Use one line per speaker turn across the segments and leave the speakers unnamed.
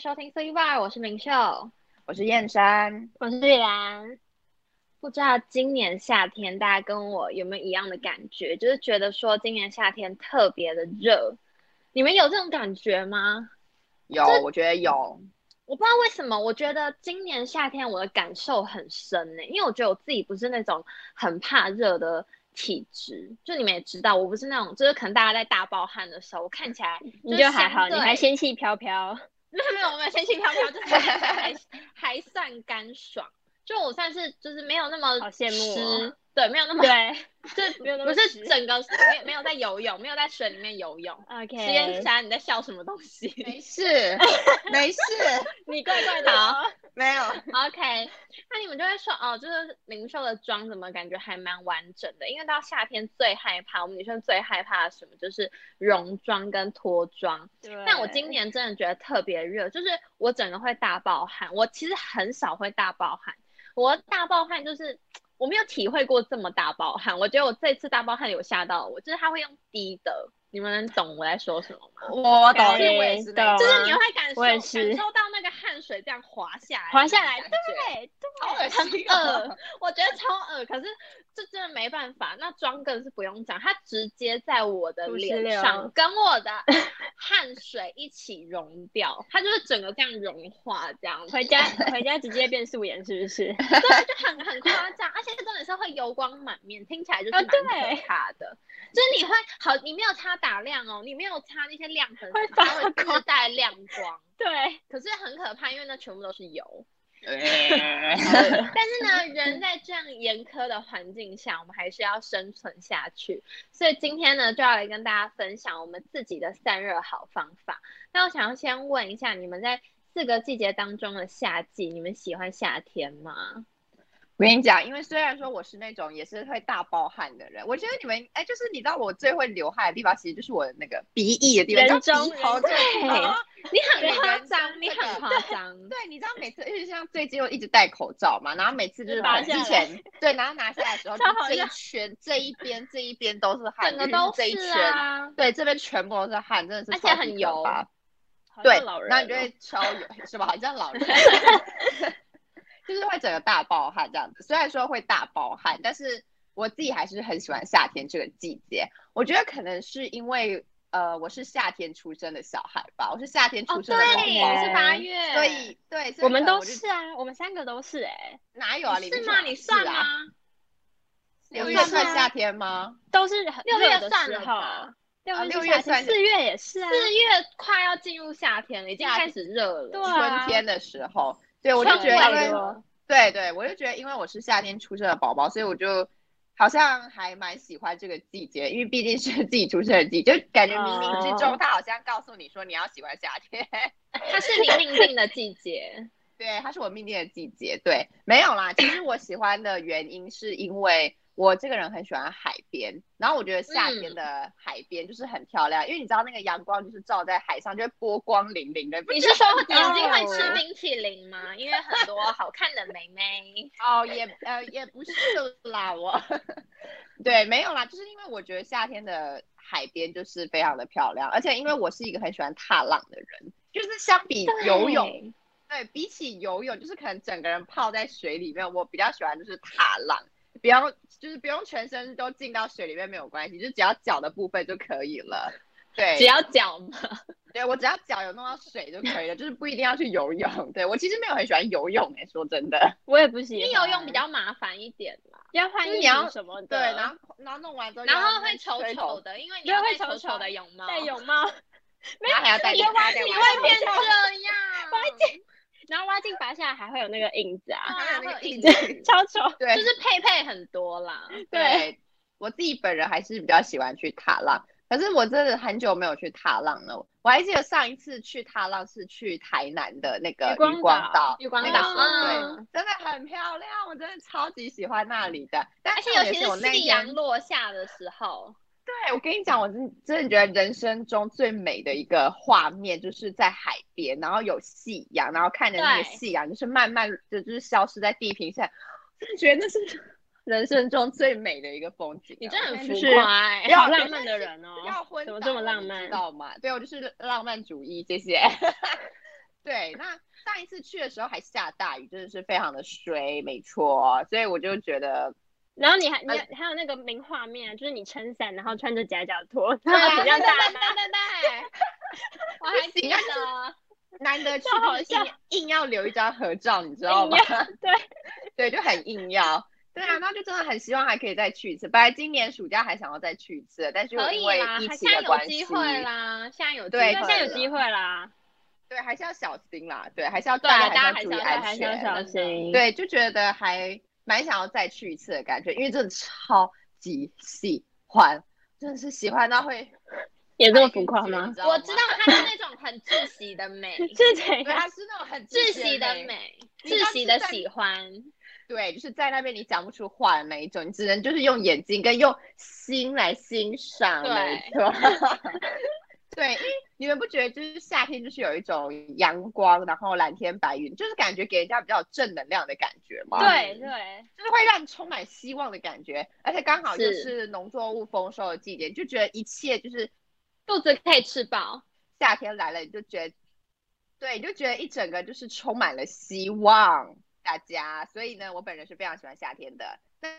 收听 C b 我是明秀，
我是燕山，
我是玉兰。不知道今年夏天大家跟我有没有一样的感觉，就是觉得说今年夏天特别的热，你们有这种感觉吗？
有，我觉得有。
我不知道为什么，我觉得今年夏天我的感受很深呢、因为我觉得我自己不是那种很怕热的体质，就你们也知道，我不是那种，就是可能大家在大暴汗的时候，我看起来
你就还
相
好，你
对
还仙气飘飘。
没有没 有没有，仙气飘飘，就是 还还算干爽，就我算是就是没有那么
好羡慕哦
湿，对，没有那么
对
就是
没有那
不
么
是
湿
整个没有没有在游泳，没有在水里面游泳。
，OK，
实验山，你在笑什么东西
事，没事，
你怪怪的
啊
好
哦。
没 有。
？OK，那你们就会说哦，就是零售的妆怎么感觉还蛮完整的？因为到夏天最害怕，我们女生最害怕的是什么就是戎装跟脱妆。但我今
对
年真的觉得特别热，就是我整个会大爆汗。我其实很少会大爆汗，我大爆汗就是我没有体会过这么大爆汗。我觉得我这次大爆汗有吓到我，就是它会用滴的，你们能懂我在说什么吗？
我懂，
懂
因为我也是那
懂
种，
就是你会感受
啊我也
感
是
受到那个汗水这样滑下来，
滑下来，对
好恶
对，
心啊！
恶，我觉得超恶。可是这真的没办法，那妆更是不用讲，它直接在我的脸上
56
跟我 的汗水一起融掉，它就是整个这样融化这样子，
回 家回家直接变素颜是不是？
对，就很很夸张，而且重点是会油光满面，听起来就是
啊
蛮
对
可怕的。就是你会好，你没有擦打亮哦，你没有擦那些亮粉什么
会
的，它
发
会自
光
带亮光，
对，
可是很可怕，因为那全部都是油。
呃
但是呢，人在这样严苛的环境下，我们还是要生存下去。所以今天呢，就要来跟大家分享我们自己的散热好方法。那我想要先问一下，你们在四个季节当中的夏季，你们喜欢夏天吗？
我跟你讲，因为虽然说我是那种也是会大爆汗的人，我觉得你们哎，就是你知道我最会流汗的地方，其实就是我的那个鼻翼的地方，
人
你知道
中
鼻头这个地
人中
方。
你很
对
夸
人
张，
生
你
这个
很夸张。
对，你知道每次，就是像最近我一直戴口罩嘛，然后每次就是
拔
可能之
下
前对，然后拿下来的 时候，就
超好
这一
笑
圈这一边这一边都是汗，
整个
尤其是
都
这一
是
圈，
啊，
对，这边全部都是汗，真的是
而且
超级
很
可
油
怕
好
对
像老，人
然后你就
哦
会超油，是吧？好像老人，就是会整个大爆汗这样子。虽然说会大爆汗，但是我自己还是很喜欢夏天这个季节。我觉得可能是因为呃，我是夏天出生的小孩吧，我是夏天
哦
出生的宝
对，
宝，
你是八月，
所以对，所以
我们
可能
都
就是
啊，我们三个都是哎，
哪有啊？
你
里面
是吗？
哪
你
是啊
算吗？
六
我
月
算
算
啊
夏天吗？
都是很
六
热
月
的
算
时
了
候
吧，
六
啊
月
六
是
月
夏
算
天四月也是啊，
四月快要进入夏天了，已经
夏
开始热了。
对啊
春天的时候，对我就
春
觉
天
得因
差
为
不多
对对，我就觉得因为我是夏天出生的宝宝，所以我就好像还蛮喜欢这个季节，因为毕竟是自己出生的季节，就感觉冥冥之中
哦
他好像告诉你说你要喜欢夏天。
它是你命定的季节。
对，它是我命定的季节。对，没有啦。其实我喜欢的原因是因为我这个人很喜欢海边，然后我觉得夏天
嗯
的海边就是很漂亮，因为你知道那个阳光就是照在海上，就会波光粼粼的。
你是说眼睛会
哦
啊
吃冰淇淋吗？因为很多好看的妹妹。
哦，也呃也不是啦，我 对没有啦，就是因为我觉得夏天的海边就是非常的漂亮，而且因为我是一个很喜欢踏浪的人，就是相比 游泳，对比起游泳，就是可能整个人泡在水里面，我比较喜欢就是踏浪，不要就是不用全身都浸到水里面没有关系，就只要脚的部分就可以了。对，
只要脚
嗯
嘛，
对我只要脚有弄到水就可以了，就是不一定要去游泳。对我其实没有很喜欢游泳诶、说真的。
我也不喜
因
欢，
为游泳比较麻烦一点嘛，
要换
就是
衣
你要
服什么的，
对，然后然后弄完之后，
然后会丑丑
丑，
的，因为你
对
要戴
会丑
丑
丑
丑的泳帽，
戴泳帽，
然后还要戴
你
眼
会
镜，
你
你
你
会变这
丑
样。
然后挖镜拔下来还会有那个印 子啊，
还有那个
会
印
有
子，
超丑。
对
就是佩佩很多啦，
对。我自己本人还是比较喜欢去踏浪，可是我真的很久没有去踏浪了。我还记得上一次去踏浪是去台南的那个
渔光
渔光
岛啊
岛，
月光
那
岛
个时候
嗯
对，真的很漂亮，我真的超级喜欢那里的。但
而且
重
尤
点
其
是我那
是夕
天
阳落下的时候，
对，哎我跟你讲，我真真的觉得人生中最美的一个画面，就是在海边，然后有夕阳，然后看着那个
对
夕阳，就是慢慢的就是消失在地平线，真的觉得那是 人生中最美的一个风景啊。
你真的很
就
浮
是
夸 欸，
要
好浪漫的人哦
要，昏
怎么
倒
这么
了
浪
你知
漫？
道吗？对，我就是浪漫主义，谢谢。 对，那上一次去的时候还下大雨，真的是非常的衰，没错。所以我就觉得，
然后你还你
呃
还有那个名画面啊，就是你撑伞，然后穿着夹脚拖，
对
然后
对对
啊
很像大
对
妈。
对对，我还记
不
得。
难得去
这好
就是硬硬要留一张合照，你知道吗
硬？
对，
对
就很硬要。对啊，那就真的很希望还可以再去一次。本来今年暑假还想要再去一次的，但是我
可以
因为
啦，
疫
还
情
现在
的关
有
系，
机会啦，现在有机
对
会，
那现在有机会啦，
对，还是要小心啦。对，还是要
对啊
大
大家还
家
是
还是要注意
要
安
还是要
全。
小心。，
对，就觉得还蛮想要再去一次的感觉，因为真的超级喜欢，真的是喜欢到会
也这
这
么浮夸吗？？
我知道它是那种很窒息的美，
是怎
对，
样？
它是那种很
窒息
的
的。美，
你知道
窒息的
是在
喜欢。
对，就是在那边你讲不出话的那一种，你只能就是用眼睛跟用心来欣赏，
对
没错。 对，因为你们不觉得就是夏天就是有一种阳光，然后蓝天白云，就是感觉给人家比较有正能量的感觉嘛？
对
对
就是会让你充满希望的感觉，而且刚好又
是
是农作物丰收的季节，你就觉得一切就是
肚子可以吃饱，
夏天来了，你就觉得，对，你就觉得一整个就是充满了希望，大家。所以呢，我本人是非常喜欢夏天的，但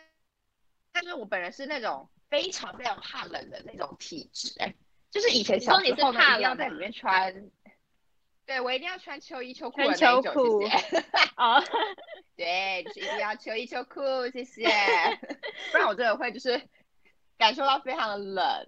但是我本人是那种非常非常怕冷的那种体质，哎，就是以前小
你说
时
你是
候呢，
怕
一定要
冷
在
吗
里面穿，对我一定要穿秋衣秋裤
穿
的那一
秋
种，
裤
谢谢。
哦，
对，就是一定要秋衣秋裤，谢 谢，不然我真的会就是感受到非常的冷。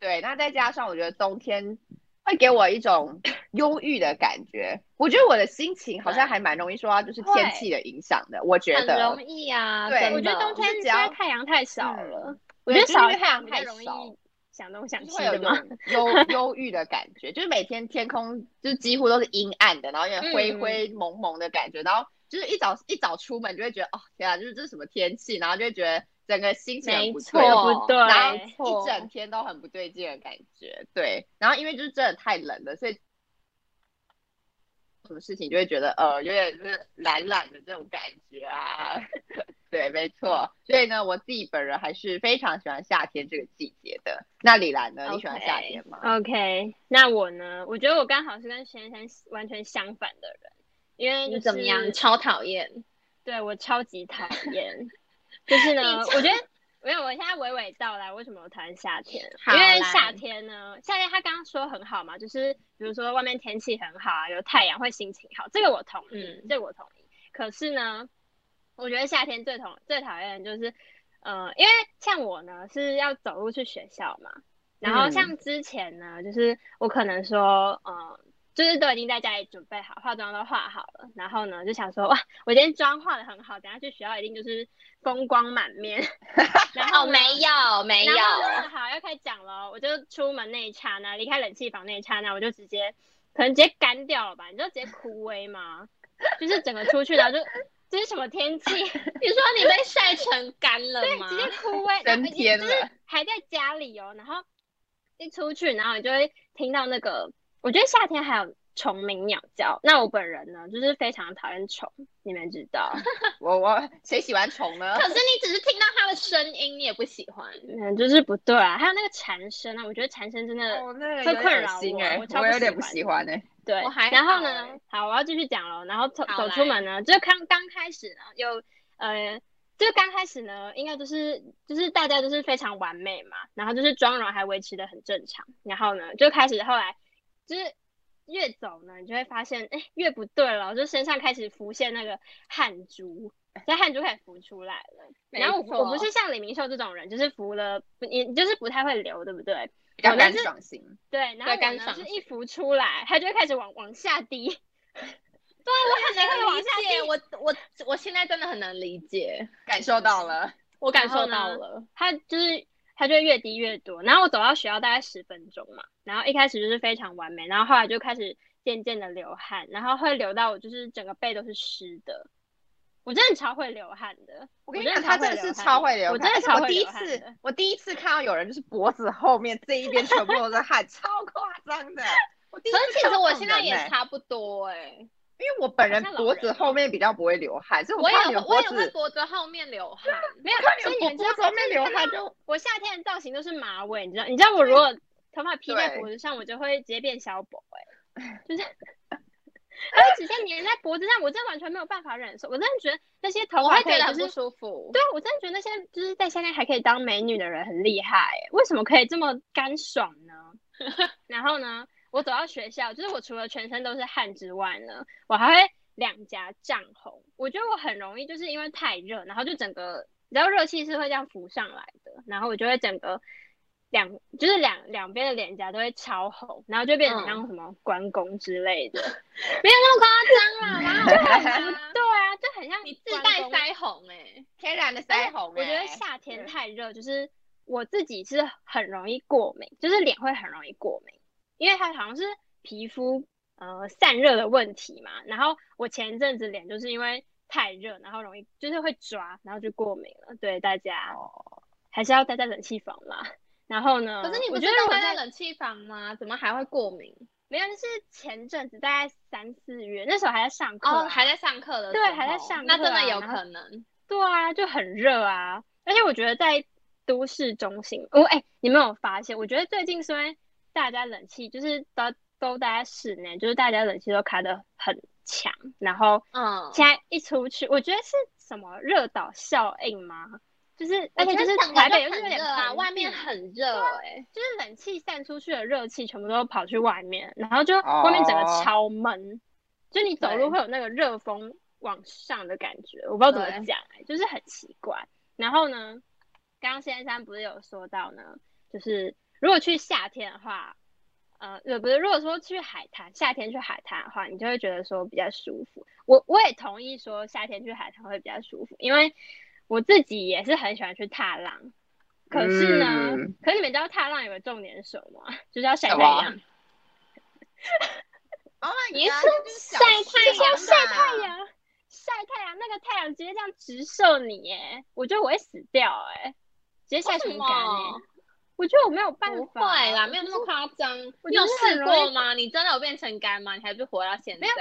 对，那再加上我觉得冬天会给我一 种忧郁的感觉，我觉得我的心情好像还蛮容易受到就是天气的影响的，我觉
很
得
容。易啊。
对
真的
我觉得冬天
只
现
要
在太阳太少
嗯
了，我
对就
觉得
是
少
因为太阳
比
太
较容易
少
想东想
就是
西
会有
的
一种
嘛。
忧忧郁的感觉，就是每天天空就是几乎都是阴暗的，然后有点灰
嗯
灰蒙蒙的感觉，然后就是一早一早出门就会觉得哦天啊，就是这是什么天气，然后就会觉得整个心情很
没
不
错
对
对
劲
不对
然
没错
后一整天都很不对劲的感觉。对，然后因为就是真的太冷了，所以什么事情就会觉得呃有点就是懒懒的这种感觉啊。 对，没错。所以呢，我自己本人还是非常喜欢夏天这个季节的。那李兰呢？你喜欢夏
OK
天吗
OK，那我呢？我觉得我刚好是跟先生完全相反的人，因为、就
你
是、
怎么样？超讨厌。
对我超级讨厌，就是呢，
你超
我觉得没有，我现在娓娓道来为什么我讨厌夏天，
好
因为
来
夏天呢，夏天他刚刚说很好嘛，就是比如说外面天气很好啊，有太阳会心情好，这个我同意，
嗯
这个我同意。可是呢，我觉得夏天最讨最讨厌的就是，呃，因为像我呢是要走路去学校嘛，然后
嗯
像之前呢，就是我可能说，呃，就是都已经在家里准备好，化妆都化好了，然后呢就想说，哇，我今天妆化的很好，等下去学校一定就是风光满面。然
哦，
后呢
没有没有
然，后呢好，要开始讲了哦，我就出门那一刹那，离开冷气房那一刹那，我就直接可能直接干掉了吧？你知道直接枯萎吗？就是整个出去，然后就这是什么天气？
你说你被晒成干了吗
直？接枯萎，
升天
就
了
是还在家里哦，然后一出去，然后你就会听到那个，我觉得夏天还有虫鸣鸟叫。那我本人呢，就是非常讨厌虫，你们知道，
我我谁喜欢虫呢
可？是你只是听到它的声音，你也不喜欢。
嗯，就是不对啊。还有那个蝉声啊，我觉得蝉声真的、
哦，那有
会
点
困
恶
扰
心
我
哎
我超
我
不
有点
喜
不
欢
喜欢哎。
对
我还。
然后
好
呢
欸，
好，我要继续讲了。然后走
好
走出
来
门呢，就刚刚开始呢，有呃。就刚开始呢，应该就是就是大家就是非常完美嘛，然后就是妆容还维持的很正常，然后呢就开始后来就是越走呢，你就会发现哎越不对了，就身上开始浮现那个汗珠，这汗珠开始浮出来了。
没
然后我我不
错
是像李明秀这种人，就是浮了不你就是不太会流，对不对？
比较
我呢
干
是
爽型，
对，然后
对干
我呢
爽
是
型
一浮出来，它就会开始往往下滴。
对我很能理
往下
解，我我我现在真的很能理解，
感受到了。
我感
然后
受到
呢
了。
它就是它就会越滴越多。然后我走到学校大概十分钟嘛，然后一开始就是非常完美，然后后来就开始渐渐的流汗，然后会流到我就是整个背都是湿的。我真的超会流汗的，
我跟你
真
讲，
的
他
超
真
会
的
流
是
汗
超会流汗，
我真的
而且
超
我
会
第一
流汗
次
的。，
我第一次看到有人就是脖子后面这一边全部都是汗， 超夸张的。我第一
可
次
是其
看
实
到
我
这种
现在
人
也
欸
差不多哎，
因为我本人
好像老
脖
人
子后面比较不会流汗，所以
我
看你
也
的
会我
脖
也会
子，
脖子后面流汗，
没有，所
看
以
你
你
的
们知
脖
道
子后面流汗
就
就
我夏天的造型都是马尾，你知道？你知道我如果头发披在
对
脖子上，我就会直接变小宝哎、就是还有指甲粘在脖子上，我真的完全没有办法忍受。我真的觉得那些 头
我
发
会
可以
觉得很
就
不
是，
舒 服。
对啊我真的觉得那些就是在夏天还可以当美女的人很厉害，欸为什么可以这么干爽呢？ 然后呢，我走到学校，就是我除了全身都是汗之外呢，我还会两颊涨红。我觉得我很容易就是因为太热，然后就整个，你知道热气是会这样浮上来的，然后我就会整个两就是两两边的脸颊都会超红，然后就变成
嗯
像什么关公之类的。
没有那么夸
啊
张啦， 哪有那么夸张
对啊，就很像
你自
关
带
公
腮红哎、
天然的腮红、
我觉得
哎
夏天
对
太热，就是我自己是很容易过敏，就是脸会很容易过敏，因为它好像是皮肤呃散热的问题嘛。然后我前一阵子脸就是因为太热，然后容易就是会抓，然后就过敏了。对大家
哦
还是要待在冷气房啦。然后呢？
可是你
嗯我
不
觉
是
得
都
如果
待在
在
冷气房吗？怎么还会过敏？
没有，就是前阵子大概三四月那时候还在上课、
哦，
啊，
还在上课的时
对
候，
还在上
那
课
真的
啊
有
然后
可能。
对啊，就很热啊，而且我觉得在都市中心，我、哎、你没有发现？我觉得最近虽然大家冷气就是都都待在室内，就是大家冷气都开得很强，然后
嗯，
现在一出去，我觉得是什么热岛效应吗？就是而且就是
整
台
个
北
就
又欸是有
很
点
热啊，
盆
外面
地
很热哎、
就是冷气散出去的热气全部都跑去外面，然后就
哦
外面整个超闷就你走路
对
会有那个热风往上的感觉，我不知道怎么
对
讲、欸，就是很奇怪。然后呢，刚刚先生不是有说到呢，就是如果去夏天的话，呃，也不是，如果说去海滩，夏天去海滩的话，你就会觉得说比较舒服。我我也同意说夏天去海滩会比较舒服，因为我自己也是很喜欢去踏浪。可是呢，
嗯
可是你们知道踏浪有个重点是什么吗？就是要晒
什
太
么
阳，
，Oh my
你
god，
是
这就是
晒
小
太
就是要
阳
事
晒
嘛
太阳，晒太阳，那个太阳直接这样直射你，耶，我觉得我会死掉，哎，直接晒
为什
成干，哎
么，
我觉得我没有办
不
法，
会啦，没有那
就是
么夸张。
我
你
觉
有
得很
试
容易
过吗？你真的有变成干吗？你还不是活到现
没
在
有？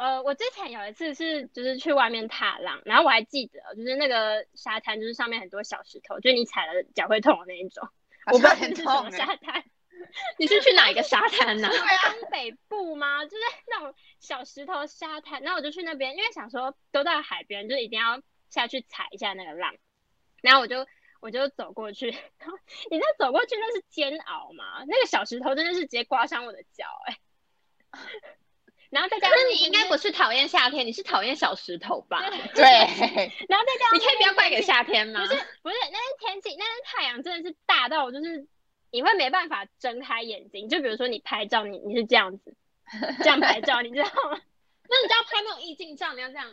呃，我之前有一次是就是去外面踏浪，然后我还记得，就是那个沙滩，就是上面很多小石头，就是你踩了脚会痛的那一种。
好
我不知道
像很
这是什么
痛哎、
沙滩，
你是去哪一个沙滩 呢、
东北部吗？就是那种小石头沙滩。然后我就去那边，因为想说都到海边，就一定要下去踩一下那个浪。然后我就我就走过去， 然后你知道走过去那是煎熬嘛？那个小石头真的是直接刮伤我的脚哎、然后再加
但
上
是你
就
应该不是讨厌夏天，你是讨厌小石头吧？
对，
然后再加上
你可以不要怪给夏天吗
不？是不是，那天天气，那天太阳真的是大到我就是你会没办法睁开眼睛。就比如说你拍照，你你是这样子，这样拍照，你知道吗？
那你就要拍那种意境照，你要这样。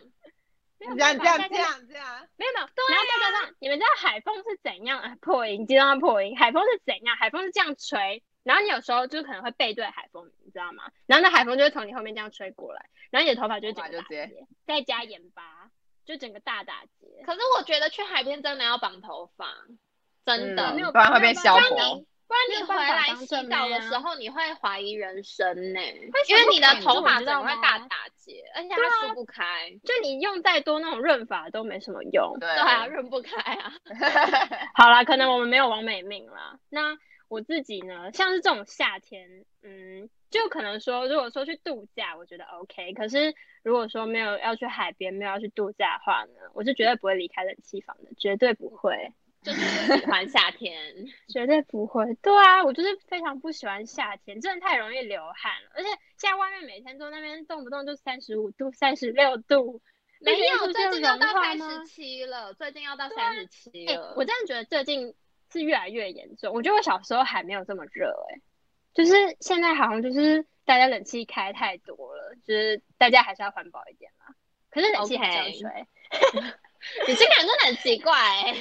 没有
你这样
办
这样
法，
这
再加上
样这样，
没有没有。然后再加上你们知道海风是怎样啊？破音，接到破音，海风是怎样？海风是这样吹。然后你有时候就可能会背对海风，你知道吗？然后那海风就会从你后面这样吹过来，然后你的头发就会
头
整
发就
个打
直接
结，再加眼巴，就整个大打结。
可是我觉得去海边真的要绑头发，真的。
嗯
没有
不然会
没有
被
办
消
法
让
薄。
不然
没
你
有
回
办法
来
当
洗
正
澡
妹
的
啊
时候，你会怀疑人生呢、因
想
为
不
你的
开你
头
就
发
知
整
道
个会
吗
大打结，而且
对
它
啊
梳不开。
就你用再多那种润发都没什么用。
对
对啊，润不开啊。
好啦，可能我们没有王美命啦。那我自己呢，像是这种夏天，嗯，就可能说，如果说去度假，我觉得 OK。可是如果说没有要去海边，没有要去度假的话呢，我是绝对不会离开冷气房的，绝对不会，
就是不喜欢夏天，
绝对不会。对啊，我就是非常不喜欢夏天，真的太容易流汗了。而且现在外面每天都那边动不动就三十五度、三十六度，
没
那元
有
素
最
就
近要
融
到
化
三
吗
十七了，最近要到三十七
欸
了。
我真的觉得最近是越来越严重。我觉得我小时候还没有这么热，哎，就是现在好像就是大家冷气开太多了，就是大家还是要环保一点啦。可是冷气还是
OK
要吹，
你这个人真的很奇怪、欸，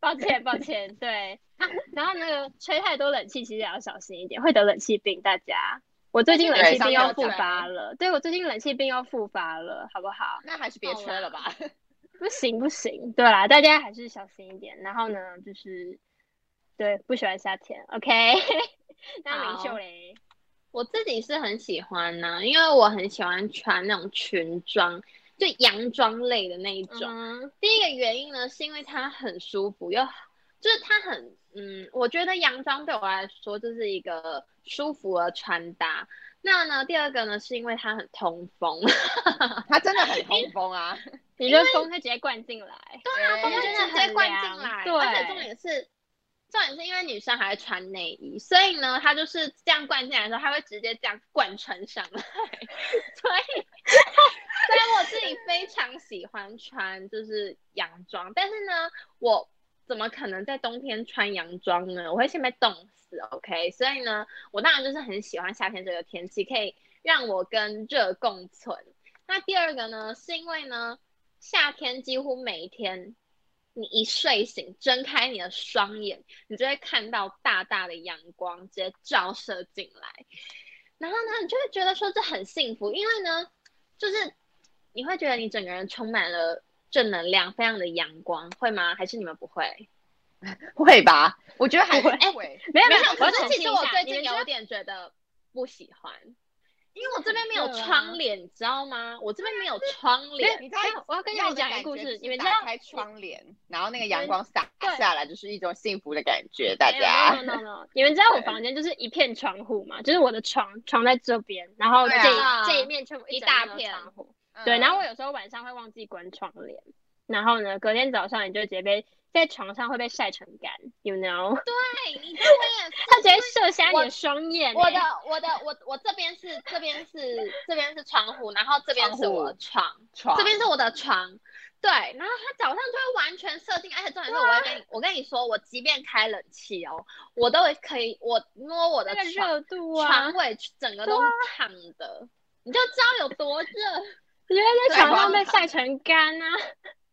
抱歉抱歉，对。啊然后那个吹太多冷气，其实也要小心一点，会得冷气病。大家，我最近冷
对
气
上
病
次
又
有
复
讲
发了，对我最近冷气病又复发了，好不好？
那还是
哦
别吹了吧。
不行不行，对啦，大家还是小心一点。然后呢，就是对不喜欢夏天，OK？那明秀
好
嘞，
我自己是很喜欢呐、因为我很喜欢穿那种裙装，就洋装类的那一种。
嗯，
第一个原因呢，是因为它很舒服，又就是它很嗯，我觉得洋装对我来说就是一个舒服的穿搭。那呢，第二个呢，是因为它很通风，
它真的很通风啊，
你觉得风会直接灌进来？
对啊，
哎
风会
真的
直接
很
灌
凉
进来，
对
而且重点是。重点是因为女生还会穿内衣，所以呢，它就是这样灌进来的时候，它会直接这样贯穿上来， 所以，所 以我自己非常喜欢穿就是洋装，但是呢，我怎么可能在冬天穿洋装呢？我会先被冻死，OK？所以呢，我当然就是很喜欢夏天这个天气，可以让我跟热共存。那第二个呢，是因为呢，夏天几乎每一天，你一睡醒，睁开你的双眼，你就会看到大大的阳光直接照射进来，然后呢，你就会觉得说这很幸福，因为呢，就是你会觉得你整个人充满了正能量，非常的阳光，会吗？还是你们不会？
会吧？我觉得还是
哎
会。
没有没
没
有，
有，
我
可
要
是
澄
其
清
实
一
我
下
最
你
近
们觉
有
得
点觉得不喜欢，因为我这边没
很
有
热啊
窗帘，你知道吗？我这边没有窗帘，
你知道
没有，我要跟你
要
们
的
讲一
感
个故
觉
事，
就是
你们知
打
道
开窗帘，然后那个阳
们
光洒
对
下来，就是一种幸福的感觉。大
没有
家，
No no no，no，你们知 道我房间就是一片窗户嘛？就是我的床，床在这边，然后这
对
一、
啊
这一面全部
一
整
大
面都是
片
窗户。对，
嗯
然后我有时候晚上会忘记关窗帘，然后呢，隔天早上你就直接被在床上会被晒成干，you know，
对，你这边也是
它直接射瞎你
我
的双眼欸、
我的我的我我这边是这边是这边是窗户，然后这边是我的床，
床
这边是我的床，对，然后它早上就会完全射进，而且重点是我会跟
啊
你，我跟你说，我即便开冷气哦，我都会可以，我摸我的
那个
床
热度啊
床，尾整个都是烫的，你就知道有多热。
你会在床上
对
被晒成干啊。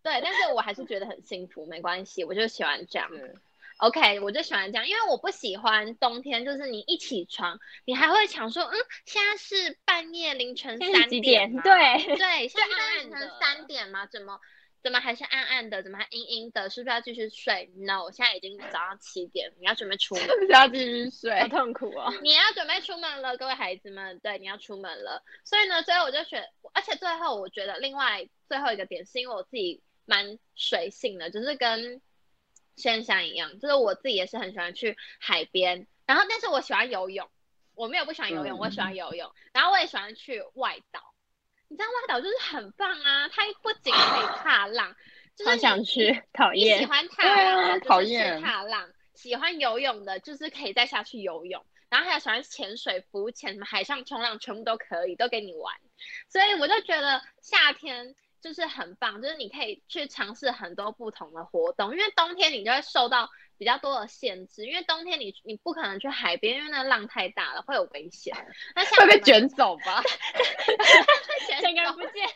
对，但是我还是觉得很幸福，没关系，我就喜欢这样。
是，
OK，我就喜欢这样，因为我不喜欢冬天，就是你一起床，你还会想说，嗯，现在是半夜凌晨
现在是
三
几
点
点？
吗？
对，
对，现在是
暗
凌晨
暗的
三点吗？怎么怎么还是暗暗的？怎么还阴阴的？是不是要继续睡？No，现在已经早上七点，你要准备出 门
不是要继续
好
睡？
痛苦哦。
你要准备出门了，各位孩子们，对，你要出门了。所以呢，最后我就选，而且最后我觉得另外最后一个点是因为我自己蛮随性的，就是跟轩翔一样，就是我自己也是很喜欢去海边，然后但是我喜欢游泳，我没有不喜欢游泳，
嗯
我喜欢游泳，然后我也喜欢去外岛。你知道外岛就是很棒啊，它不仅可 以踏浪，就是
好
你
想去，讨
你喜
厌。
欢踏
对啊
浪的就是
讨
去
厌
踏浪，喜欢游泳的就是可以再下去游泳，然后还有喜欢潜水、浮潜、什么海上冲浪，全部都可以，都给你玩。所以我就觉得夏天就是很棒，就是你可以去尝试很多不同的活动，因为冬天你就会受到比较多的限制，因为冬天你你不可能去海边，因为那浪太大了，会有危险。那像
会
我
被
们
卷走 吧？
被卷
整个人
走
不见，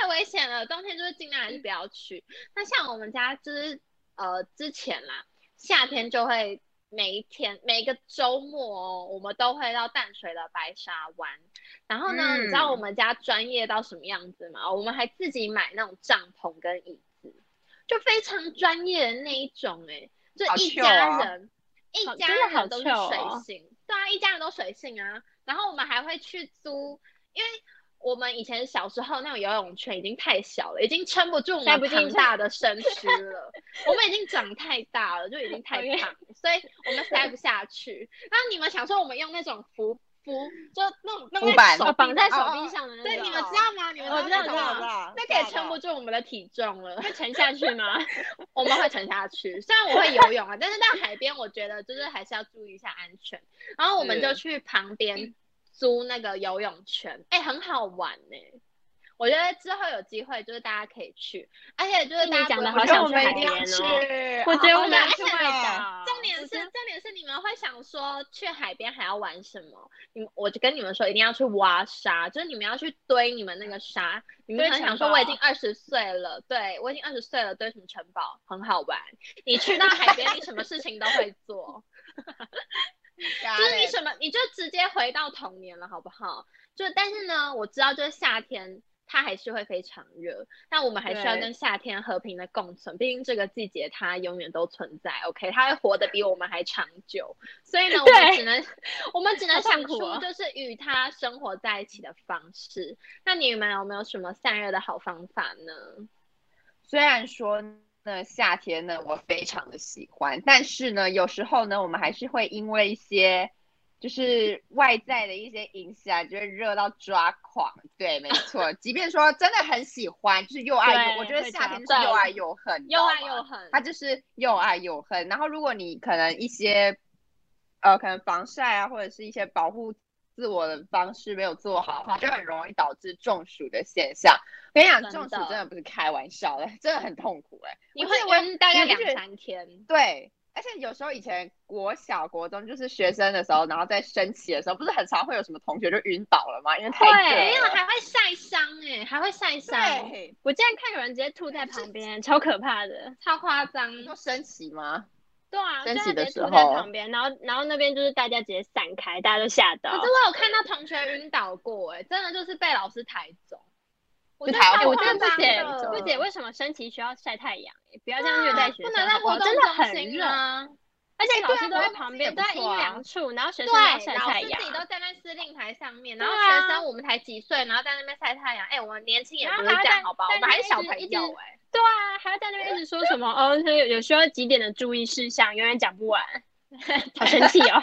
太危险了，冬天就是尽量还是不要去。那像我们家就是呃之前啦，夏天就会每一天每一个周末哦，我们都会到淡水的白沙湾。然后呢，
嗯
你知道我们家专业到什么样子吗？我们还自己买那种帐篷跟椅子，就非常专业的那一种哎、就
好
一
chill
家
啊
人、一
哦好
家
真的好
人都是
chill
水
哦
性，对啊，一家人都水性啊。然后我们还会去租，因为我们以前小时候那种游泳圈已经太小了，已经撑不住我
塞
们
不进
庞
去
大的身躯了。我们已经长太大了，就已经太
讨厌
胖了，所以我们塞不下去。然后你们想说我们用那种浮浮，就那种弄
浮
在
板
手
哦，绑
臂
在
上
哦
手臂
哦
上的那种。
对，你们知
哦
道吗？你们
我知道
那种
我知道
吗
我知
道
那可以撑不住我们的体重了。
会沉下去吗？
我们会沉下去。虽然我会游泳啊，但是到海边，我觉得就是还是要注意一下安全。然后我们
是
就去旁边租那个游泳圈，哎、很好玩呢、我觉得之后有机会就是大家可以去，而且就是
你
大家
讲
不
得
会
好
我
觉得我
觉得我
想去
们一
们一
海
定
定
要
要
边
去
哦。 我觉得
哦
我
对
们
而
去
且
外岛，
重点
啊我
是，
觉得
重点是你们会想说去海边还要玩什么？你们我就跟你们说，一定要去挖沙，就是你们要去堆你们那个沙。你们
堆
可能想
城
说，
堡
我已经二十岁了，对我已经二十岁了，堆什么城堡很好玩。你去到海边，你什么事情都会做，就是你什么你就直接回到童年了，好不好？就但是呢，我知道就是夏天。它还是会非常热，但我们还是要
对
跟夏天和平的共存，毕竟这个季节它永远都存在，OK，它会活得比我们还长久，所以呢，我们
对
只 能我们只能
好痛
想
苦
出
哦
就是与它生活在一起的方式。那你们有没有什么散热的好方法呢？
虽然说呢，夏天呢我非常的喜欢，但是呢，有时候呢，我们还是会因为一些就是外在的一些影响，就会热到抓狂。对，没 错。即便说真的很喜欢，就是又爱又，
对
我觉得
会
夏
抓
天就是
狂
又爱又恨，你知
又
道
爱
吗
又恨。
它就是又爱又恨。然后如果你可能一些呃，可能防晒啊，或者是一些保护自我的方式没有做好的话，就很容易导致中暑的现象。我跟你讲，
真
中暑
的
真的不是开玩笑的，真的很痛苦哎、
你
我
会
记得我
晕大概
你不
两
觉得
三天，
对，而且有时候以前国小、国中就是学生的时候，然后在升旗的时候，不是很常会有什么同学就晕倒了吗？因为太
没
热
有
了。
还会晒伤哎，还会晒伤，
对，
我竟然看有人直接吐在旁边，超可怕的。
超夸张。
你说升旗吗？
对啊，
升
就
旗
他直
的
接
时
吐在
候
旁边，然后然后那边就是大家直接散开，大家都吓到
可。是我有看到同学晕倒过哎，真的就是被老师抬走。我
就
觉得
抬
超
到
哎，我
夸
真的不
张
解
的
不解为什么升旗需要晒太阳，哎不要这样
对
虐
啊
待学
不
生，
能在
好不好
活
真
动
的
中
很
心
热，
啊。
而且老
对啊
师都
我
在
们
旁
也
边，
不
都在阴
错啊
凉处，然后学
对，
生要晒
老
太
师
阳
自己。都站在司令台上面，
对
然后
啊
学生我们才几岁，然后在那边晒太阳。哎，我们年轻也
然
不
后
是
还
这
要
样，
在
好吧？
在
我们还
那
是小
边一
朋
直
友哎。
对啊，还要在那边一直说什么哦，有有需要几点的注意事项，永远讲 不完，好生气哦。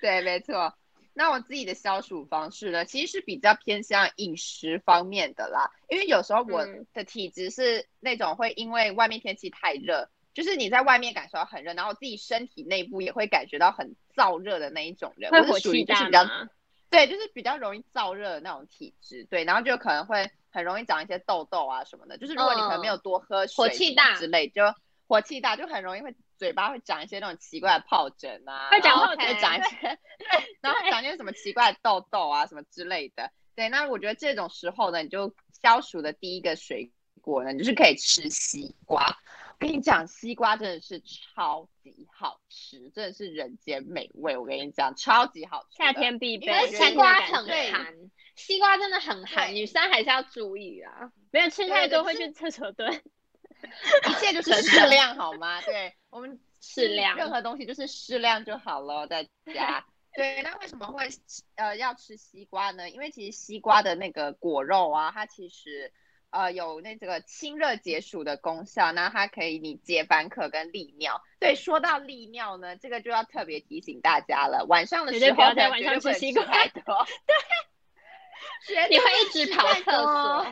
对，没错。那我自己的消暑方式呢，其实是比较偏向饮食方面的啦，因为有时候我
嗯
的体质是那种会因为外面天气太热，就是你在外面感受到很热，然后自己身体内部也会感觉到很燥热的那一种人，
会
我
火
是属于
气
就是
大
比较
吗？
对，就是比较容易燥热的那种体质，对，然后就可能会很容易长一些痘痘啊什么的。就是如果你可能没
嗯
有多喝水、
火气大
之类，就火气大，就很容易会嘴巴会长一些那种奇怪的疱疹啊，
会长
然后
疱疹
会长一些，对，然后会长一些什么奇怪的痘痘啊什么之类的。对，那我觉得这种时候呢，你就消暑的第一个水果呢，你就是可以吃西瓜。我跟你讲，西瓜真的是超级好吃，真的是人间美味。我跟你讲，超级好吃的。
夏天必备
可
对
是，
我
西
觉得
夏天
瓜
的感
很
觉
对
寒，西瓜真的很寒，
对
女生还是要注意啊。
没有吃太
对
多
可
会
是
去厕所蹲。
一切就是适量，好吗？对我 们
适量
任何东西就是适量就好了，大家。 对，那为什么会呃要吃西瓜呢？因为其实西瓜的那个果肉啊，它其实呃有那这个清热解暑的功效，那它可以你解烦渴跟利尿。对，说到利尿呢，这个就要特别提醒大家了，晚上的
绝
时
对
候
不要在
可能
晚
绝对
上吃
不能
西
吃
瓜
太 多，对，绝
你
对
会一直跑厕所，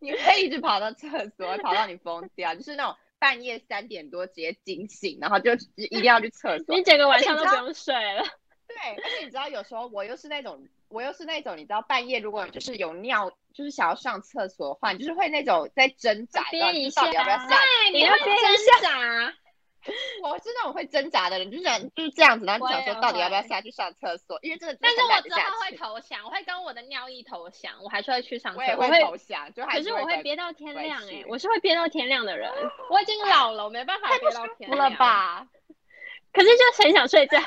你会一直跑到厕所，跑到你疯掉，就是那种半夜三点多直接惊醒，然后就一定要去厕所
你。整个晚
且
上
你
都
知
不
道
用睡 了，
对，而且你知道，有时候我又是那种，我又是那种，你知道，半夜如果就是有尿，就是想要上厕所的话，你就是会那种在挣扎，
憋
你知道你到底
一
要不要
下
下
哎，
你
你
要
会
憋一
挣扎，
我是那种会挣扎的人，就是想就是这样子，然后
我
就
也
想说到底要不要
会
下去上厕所，因为真的
但
真
是我
的很懒得
之
下
后会
去，
投降，我会跟我的尿意投降，我还是会去上厕
我也
所。
会
投降，就还
可是我会
会
憋到天
乖
亮
事
哎、我是会憋到天亮的人，
我已经老了，我没办法憋到天
服
亮
了？吧，
可是就很想睡觉，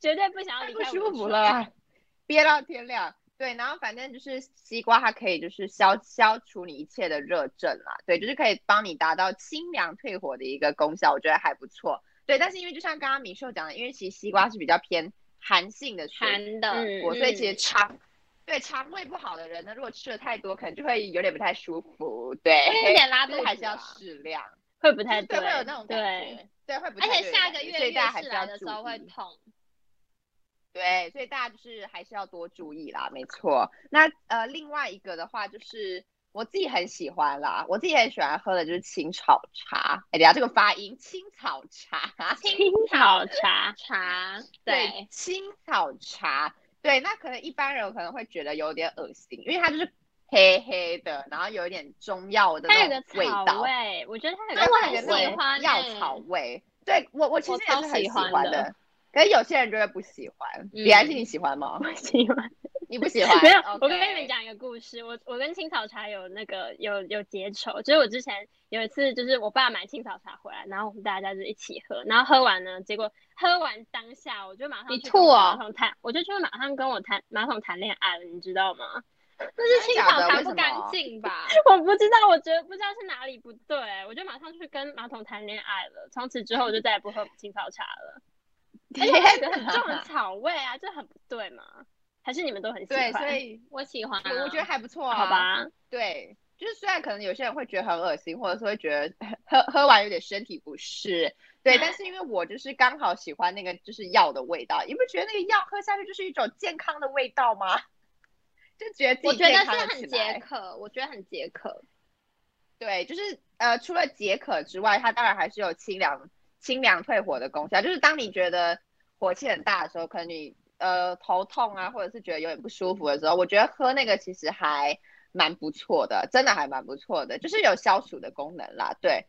绝对不想要
太
离
不
开我的
舒服
床
了。啦， 憋到天亮。对，然后反正就是西瓜，它可以就是消消除你一切的热症啦，对，就是可以帮你达到清凉退火的一个功效，我觉得还不错。对，但是因为就像刚刚米秀讲的，因为其实西瓜是比较偏寒性的水
寒的，
嗯
果，所以其
嗯
实肠、对肠胃不好的人呢，如果吃的太多，可能就会有点不太舒服。对，
有点拉肚
所
子
以还是要
啊
适量，
会不
不
太
对，会有那种感
对，
觉，对，会不
而
太
且
对的
下
感
个
觉
月
所以
月
大家还
事
是
来
要
的时
注
候会
意
痛。
对，所以大家就是还是要多注意啦，没错。那呃，另外一个的话就是我自己很喜欢啦，我自己很喜欢喝的就是青草茶。哎，等一下这个发音，青草茶，
清
青草茶，
茶，
对
对，，
青草茶，对。那可能一般人可能会觉得有点恶心，因为它就是黑黑的，然后有一点中药的
它有
那
个
种味
草
道，
味，我觉得它有
对，
个
我
它
很
有
喜
那种
草味，
欢
药
欸
草味。对我，我其
我
实也
超
是很
喜
喜
欢
欢
的
的，可是有些人就会不喜欢。李安心，你喜欢吗？
我喜欢。
你不喜欢？
没有
OK
我跟你们，讲一个故事，我我跟青草茶有那个有有结仇，就是我之前有一次，就是我爸买青草茶回来，然后我们大家就一起喝，然后喝完呢，结果喝完当下我就马上
你
去
吐
跟我
哦
马桶谈，我就去马上跟我谈马桶谈恋爱了，你知道吗？
那是
真
青
的
草
假的
茶
为
不
什
干
么
净吧？
我不知道，我觉得不知道是哪里不对，我就马上去跟马桶谈恋爱了，从此之后我就再也不喝青草茶了，而且它有一个很重的草味啊，这很不对嘛？还是你们都很喜
对，
欢？
所以
我喜欢啊，
我我觉得还不错啊，
好吧，
对，就是虽然可能有些人会觉得很恶心，或者是会觉得喝喝完有点身体不适，对，但是因为我就是刚好喜欢那个就是药的味道，你不觉得那个药喝下去就是一种健康的味道吗？ 就觉得自己
我觉得
健康
是
了
很
起
解
来
渴，我觉得很解渴。
对，就是呃，除了解渴之外，它当然还是有清凉、清凉退火的功效。就是当你觉得火气很大的时候，可能你呃头痛啊，或者是觉得有点不舒服的时候，我觉得喝那个其实还蛮不错的，真的还蛮不错的，就是有消暑的功能啦。对，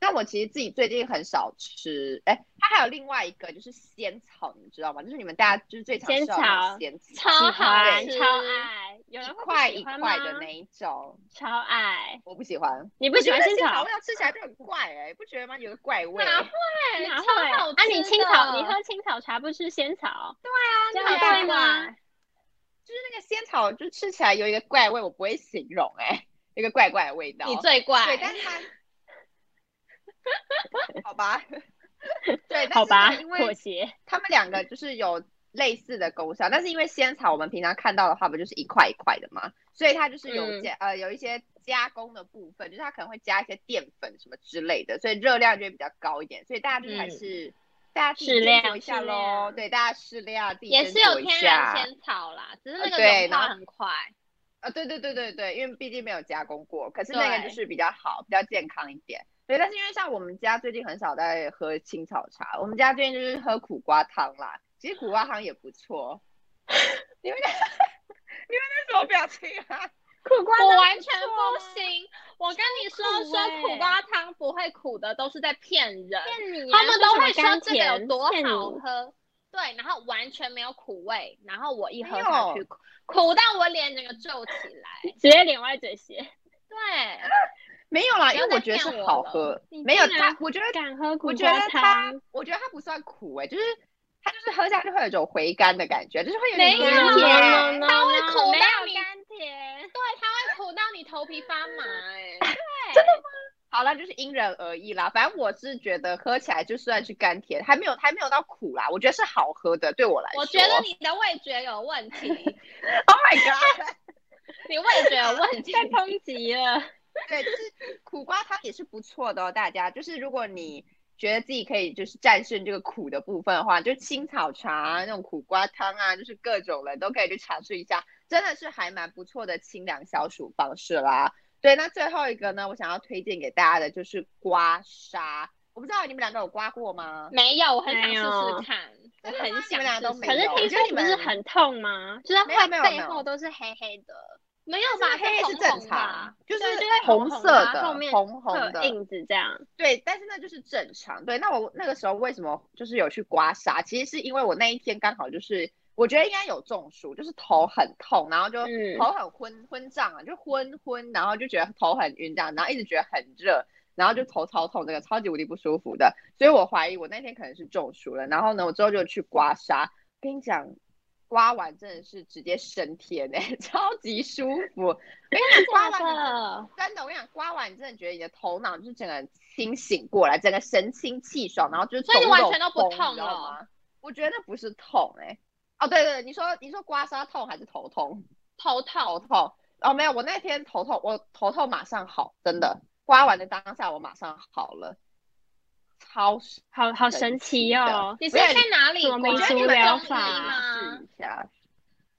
那我其实自己最近很少吃，哎，它还有另外一个就是仙草，你们知道吗？就是你们大家就是最常
仙
吃到的那
草
种仙草，
超
喜
好
欢
吃
超爱，有人
一
会不
块
喜
一
欢
块的
吗
那一种，
超爱。
我不喜欢。
你不
我
喜
觉得
欢
那
仙
草
草
味？道吃起来就很怪哎、不觉得吗？有个怪味。
哪
对啊
超
会
好
啊，你
吃
青草，你
的
喝青草茶不吃仙草，这
对
样
啊，
对
对吗？
就是那个仙草，就吃起来有一个怪味，我不会形容哎、一个怪怪的味道。
你最
对，
怪，
但是 它好吧， 对，但
好
是
吧，
那个因
妥
为
协。
他们两个就是有类似的功效，但是因为仙草我们平常看到的话，不就是一块一块的嘛，所以它就是有
嗯
加、呃有一些加工的部分，就是它可能会加一些淀粉什么之类的，所以热量就会比较高一点，所以大家就是还
嗯
是、大家自己斟
适
酌
量
一下
适
喽
量，
对，大家适量自己
也
斟
是有
酌一
天
下
然仙草啦，只是那
呃
个
对
融
然
化
后
很快。
啊，对对对对对，因为毕竟没有加工过，可是那个
对
就是比较好，比较健康一点。对，但是因为像我们家最近很少在喝青草茶，我们家最近就是喝苦瓜汤啦。其实苦瓜汤也不错。你们那你们那什么表情啊？
苦瓜
我
呢
完全
错
不
吗
行，我跟你说
苦
说苦
欸
瓜汤不会苦的，都是在骗人。
骗你啊，
他们都会说
甘
这个有
甜
多
骗
好
你
喝，对，然后完全没有苦味，然后我一喝
没
下
有
去，苦苦到我脸整个皱起来。
直接脸歪嘴斜。
对，
没有啦，因
不要
为我
再
觉得
骗
是
我
好
了
喝
你，
没有
竟
它
然，
我觉得
敢喝苦
我觉
瓜
得它
汤，，
我觉得它不算苦哎、就是它就是喝下去会有一种回甘的感觉，就是会有点
没
甘
有
甜
甜
欸
no, no,
它会
no，
苦
没
到
有
你
甘甜。
它会苦到你头皮发麻、欸，哎，
好了，就是因人而异啦。反正我是觉得喝起来就算是甘甜，还没有还没有到苦啦。我觉得是好喝的，对我来说。
我觉得你的味觉有问题，
，Oh my god！
你味觉有问 题。
太抨击了，
对，就是苦瓜汤也是不错的哦，大家。就是如果你觉得自己可以就是战胜这个苦的部分的话，就青草茶啊、那种苦瓜汤啊，就是各种人都可以去尝试一下，真的是还蛮不错的清凉消暑方式啦。对，那最后一个呢，我想要推荐给大家的就是刮痧。我不知道你们两个有刮过吗？
没有，我很想
没
试
有
试看，我
真的
很
吗你
想
们俩
试
都
试
没
可是
有我
听
觉得
说
你
不是
们
很痛吗？就是
没有
会
没有没
背
有
后都是黑黑的，
没有吧？
黑黑
红
是正
红
常
吧，，
就是
啊对就会
红
红红
色
的啊
的
后面
红
会
红
有
的，
印子这样。
对，但是那就是正常。对，那我那个时候为什么就是有去刮痧？其实是因为我那一天刚好就是，我觉得应该有中暑，就是头很痛，然后就
嗯
头很昏昏胀啊，就昏昏，然后就觉得头很晕这样，然后一直觉得很热，然后就头超痛，这个超级无敌不舒服的。所以我怀疑我那天可能是中暑了。然后呢，我之后就去刮痧，跟你讲。刮完真的是直接升天哎、 超级舒服！我跟你讲，刮完你真的
的，
真的，我跟你讲，刮完你真的觉得你的头脑就是整个人清醒过来，整个神清气爽，然后就是
所以你
走路
完全
有
都不
风
痛
你知道
了
吗？我觉得那不是痛哎、哦对对，你说你说刮痧痛还是头痛？
头
头
痛，
痛哦没有，我那天头痛，我头痛马上好，真的，刮完的当下我马上好了，超神
好好
神
神奇
奇的
哦！
你是
没有
在哪里
什么
刮？
民
我觉得
俗
你们
疗
中医
法
吗
吗
试？一下，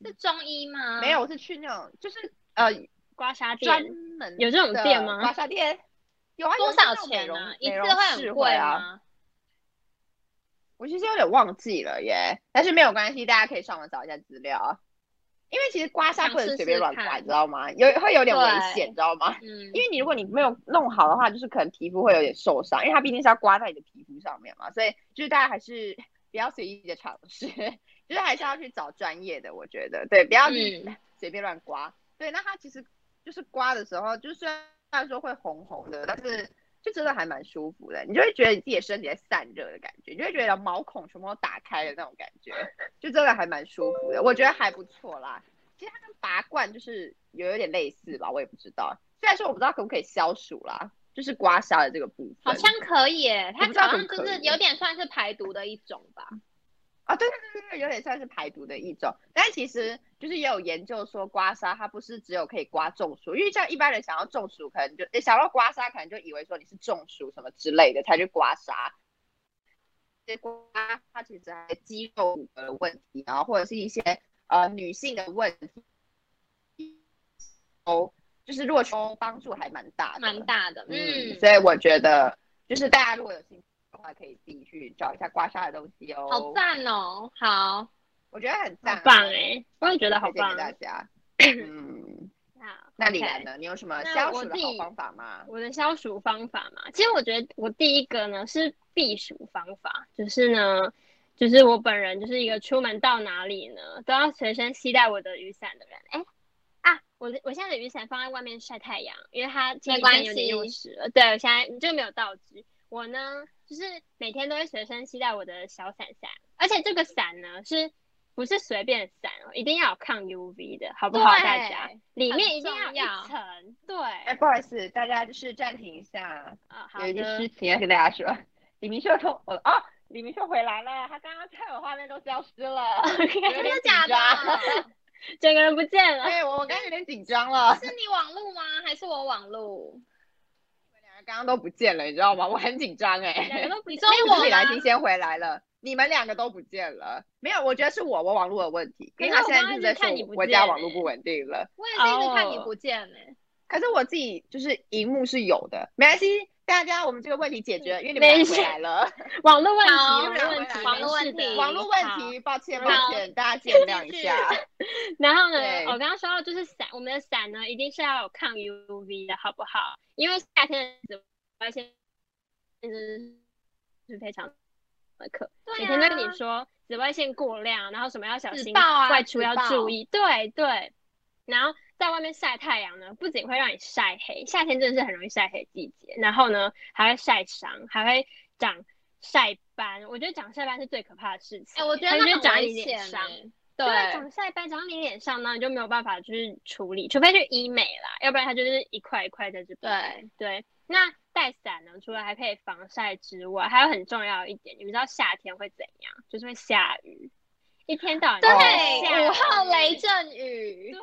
是中医吗？
没有，我是去那种就是呃
刮痧
专
店
门
有这种
的
店吗
刮痧店有啊，有
多
一些
少
那种美
钱
容
啊？一
美
次
容
会很
室
贵
啊？
吗？
我其实有点忘记了耶，但是没有关系，大家可以上网找一下资料啊。因为其实刮痧
想
不能
试
随便
试
乱刮，
看
你知道吗？有会有点危
对
险，你知道吗？
嗯
因，为你如果你没有弄好的话，就是可能皮肤会有点受伤，因为它毕竟是要刮在你的皮肤上面嘛，所以就是大家还是 不要随意的尝试， 就是还是要去找专业的，我觉得对，不要去
嗯
随便乱刮。对，那它其实就是刮的时候，就虽然说会红红的，但是就真的还蛮舒服的，你就会觉得你自己的身体在散热的感觉，你就会觉得毛孔全部都打开的那种感觉，就真的还蛮舒服的，我觉得还不错啦。其实它跟拔罐就是有有点类似吧，我也不知道。虽然说我不知道可不可以消暑啦，就是刮痧的这个部
好
分。
像可以耶，它
不知道
好
可
像
不
就
可
是
以
有点算是排毒的一种吧。
哦啊，对对对对，对有点算是排毒的一种。但其实就是也有研究说，刮痧它不是只有可以刮中暑，因为像一般人想要中暑，可能就诶想到刮痧，可能就以为说你是中暑什么之类的才去刮痧。结果它它其实还有肌肉骨骼的问题，然后或者是一些呃女性的问题，哦，就是如果说帮助还蛮大的，
蛮大的，
嗯，
嗯，
所以我觉得就是大家如果有兴趣的话，可以自己去找一下刮痧的东西哦。
好赞哦，好，
我觉得很赞，啊
好棒哎，我也觉得好
推荐
棒啊
给。大家。 嗯，
好
那李
OK
兰呢？你有什么
那
消
我
暑的
自
好
己
方法吗？
我的消暑方法嘛，其实我觉得我第一个呢是避暑方法，就是呢，就是我本人就是一个出门到哪里呢都要随身携带我的雨伞的人。哎、啊，我的我现在的雨伞放在外面晒太阳，因为它前几
没关
天有点
系
用湿了，对，我现在就没有倒置。我呢，就是每天都会随身携带我的小伞伞，而且这个伞呢是不是随便的伞哦，一定要有抗 UV 的，好不好？
对
大家里面
很
一定要
重
一
要
层， 对，
哎，不好意思，大家就是暂停一下，
啊，好
有一
的
件。事情要跟大家说。李明秀从我哦，李明秀回来了，他刚刚在我画面都消失 了，有
真
点
的
紧
假
张。
的？
整个人不见了。
对，我我刚刚有点紧张了，
是你网路吗？还是我网路？
两个刚刚都不见了，你知道吗？我很紧张哎、
两 个都不
你
见
说我
是李兰
吗
婷先回来了，你们两个都不见了。没有，我觉得是我我网络有问题，
可
因
是
为他
我
现在
刚
就是
刚
在说
一直看你不
我我家
见
网络
欸
不稳定了。
我也是一直看你
哦
不见呢、欸。
可是我自己就是荧幕是有的，没关系，大家我们这个问题解决了，因为你们俩
嗯没
回
事
来 了。
网络问题，
好
网络问题，
网络问题
没事的
网络问。题，抱歉抱
好
歉，大家见谅一 下。
好然后呢
对，
我刚刚说到就是伞，我们的伞呢一定是要有抗 UV 的，好不好？因为夏天的日子，而且就是是非常苛刻。
对
每天都跟
啊
你说紫外线过量，然后什么要小
紫
心，
爆啊
外出
紫
要
爆
注意，对对。然后在外面晒太阳呢，不仅会让你晒黑，夏天真的是很容易晒黑的季节，然后呢还会晒伤，还会长晒斑。我觉得长晒斑是最可怕的事情。
哎、我觉得那
它就是
很
长
危
你
险、
脸上，
欸。
对，长晒斑长你脸上呢，你就没有办法去处理，除非去医美啦，要不然它就是一块一块在这边。
对，
对，那带伞呢，除了还可以防晒之外，还有很重要一点，你们知道夏天会怎样？就是会下雨，一天到晚都在下
对，
雨
五号雷，阵雨
对，，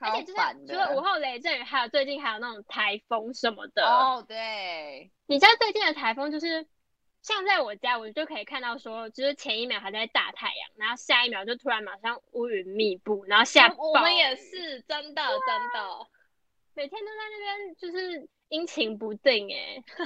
超
而且就是
烦
除了
的
五号雷阵雨，还有最近还有那种台风什么的。
哦，对，
你知道最近的台风就是，像在我家，我就可以看到说，就是前一秒还在大太阳，然后下一秒就突然马上乌云密布，然后下
我我
暴
们也
雨
是真的真的。
每天都在那边就是阴晴不定哎、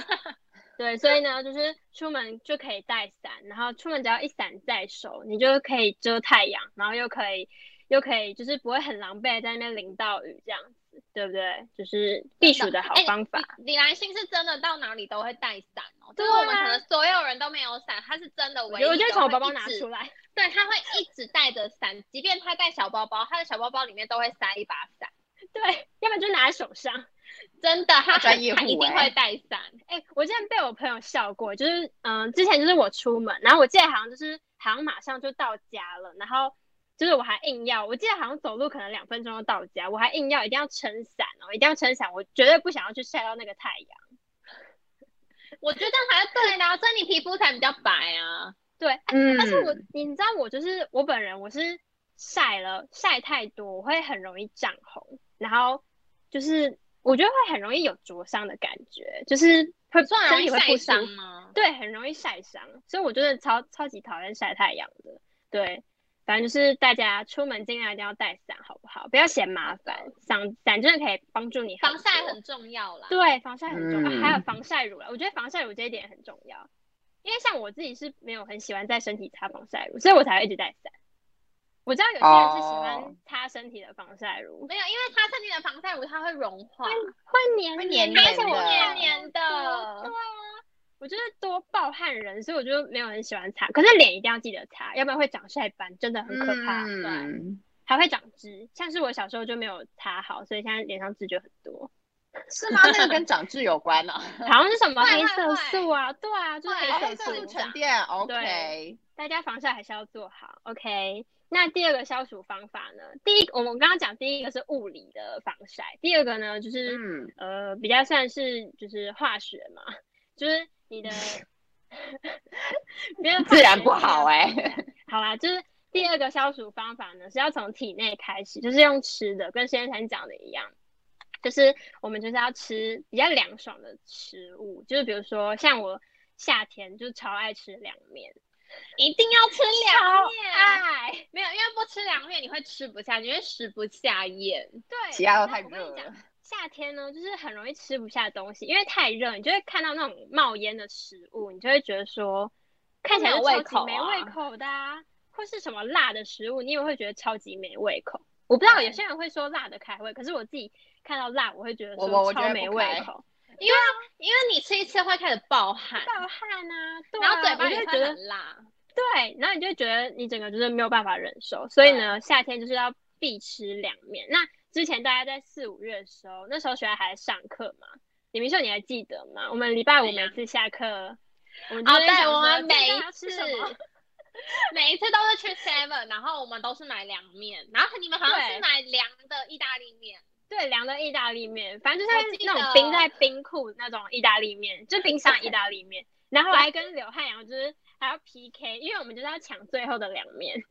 对，所以呢，就是出门就可以带伞，然后出门只要一伞在手，你就可以遮太阳，然后又可以又可以就是不会很狼狈地在那边淋到雨这样子，对不对？就是避暑的好
哎
方法。
李李来信是真的到哪里都会带伞哦，就
对
是
啊
我们可能所有人都没有伞，他是真的
我
唯一
就
一个
我就从我包包
会一
拿
直
出来，
对，他会一直带着伞，即便他带小包包，他的小包包里面都会塞一把伞。
对，要不然就拿在手上。
真的，他
专业
很
户
一定
欸
会带伞。
哎、我之前被我朋友笑过，就是嗯、之前就是我出门，然后我记得好像就是好像马上就到家了，然后就是我还硬要，我记得好像走路可能两分钟就到家，我还硬要一定要撑伞哦，一定要撑伞，我绝对不想要去晒到那个太阳。
我觉得还要对啦，所以你皮肤才比较白啊。
对，哎
嗯
但是我你知道我就是我本人我是晒了晒太多，我会很容易涨红，然后就是我觉得会很容易有灼伤的感觉，就是会
算容
身
易
体会
晒
不舒
伤
服。
吗？
对，很容易晒伤，所以我真的超超级讨厌晒太阳的。对，反正就是大家出门尽量一定要带伞，好不好？不要嫌麻烦，伞伞真的可以帮助你
防晒
多
很重要啦。
对，防晒很重要、啊还有
嗯
防晒乳啦，我觉得防晒乳这一点很重要，因为像我自己是没有很喜欢在身体擦防晒乳，所以我才会一直带伞。我知道有些人是喜
哦
欢擦身体的防晒乳，
没有，因为它身体的防晒乳它会融化，
会黏
会黏
啊的而且
黏
我
的
黏黏的。
对啊，我就是多暴汗人，所以我就没有很喜欢擦。可是脸一定要记得擦，要不然会长晒斑，真的很可怕。对，
嗯，
还会长痣，像是我小时候就没有擦好，所以现在脸上痣就很多，
是吗？那个跟长痣有关呢、
好像是什么
会
黑
会
色素啊，对啊，就是
会
黑
哦，
黑色
色
色
素
素
素
长
沉淀，OK，
大家防晒还是要做好，OK。那第二个消暑方法呢？第一，我们刚刚讲第一个是物理的防晒，第二个呢就是、
嗯，
呃比较算是就是化学嘛，就是 你的没有化
自然
学
不
是要啊
好哎、
好啦，就是第二个消暑方法呢，是要从体内开始，就是用吃的，跟先前讲的一样，就是我们就是要吃比较凉爽的食物，就是比如说像我夏天就超爱吃凉面，
一定要吃凉
超
面。
爱，
没有，因为不吃凉面你会吃不下，你会食不下咽。
对，
其他
然
都
后
太
我跟你
热
讲
了。
夏天呢，就是很容易吃不下东西，因为太热，你就会看到那种冒烟的食物，你就会觉得说看起来就
没有
超
胃
级
口
没
啊
胃口的、啊，或是什么辣的食物，你也会觉得超级没胃口。我不知道有些人会说辣的开胃，可是我自己看到辣，我会觉得
我我
说
我觉
超
得
没
不
胃
开
口，
因为你吃一吃会开始爆汗，
暴汗啊，对
然后
啊
嘴巴
我就
也
会
会
觉得
很辣。
对，然后你就会觉得你整个就是没有办法忍受，所以呢，夏天就是要必吃凉面。那之前大家在四五月的时候，那时候学校还在上课嘛，李明秀你还记得吗？我们礼拜五
对呀
每次下课，啊我们就
哦，
会想
对，我
说
们
今
每
天
一
要
次
吃什么
每一次都是去 Seven，然后我们都是买凉面，然后你们好像是
对
买凉的意大利面，
对凉的意大利面，反正就
我
是
记
那
得
种冰在冰库那种意大利面，就冰箱意大利面。然后我还跟刘汉阳就是还要 PK，因为我们就是要抢最后的凉面。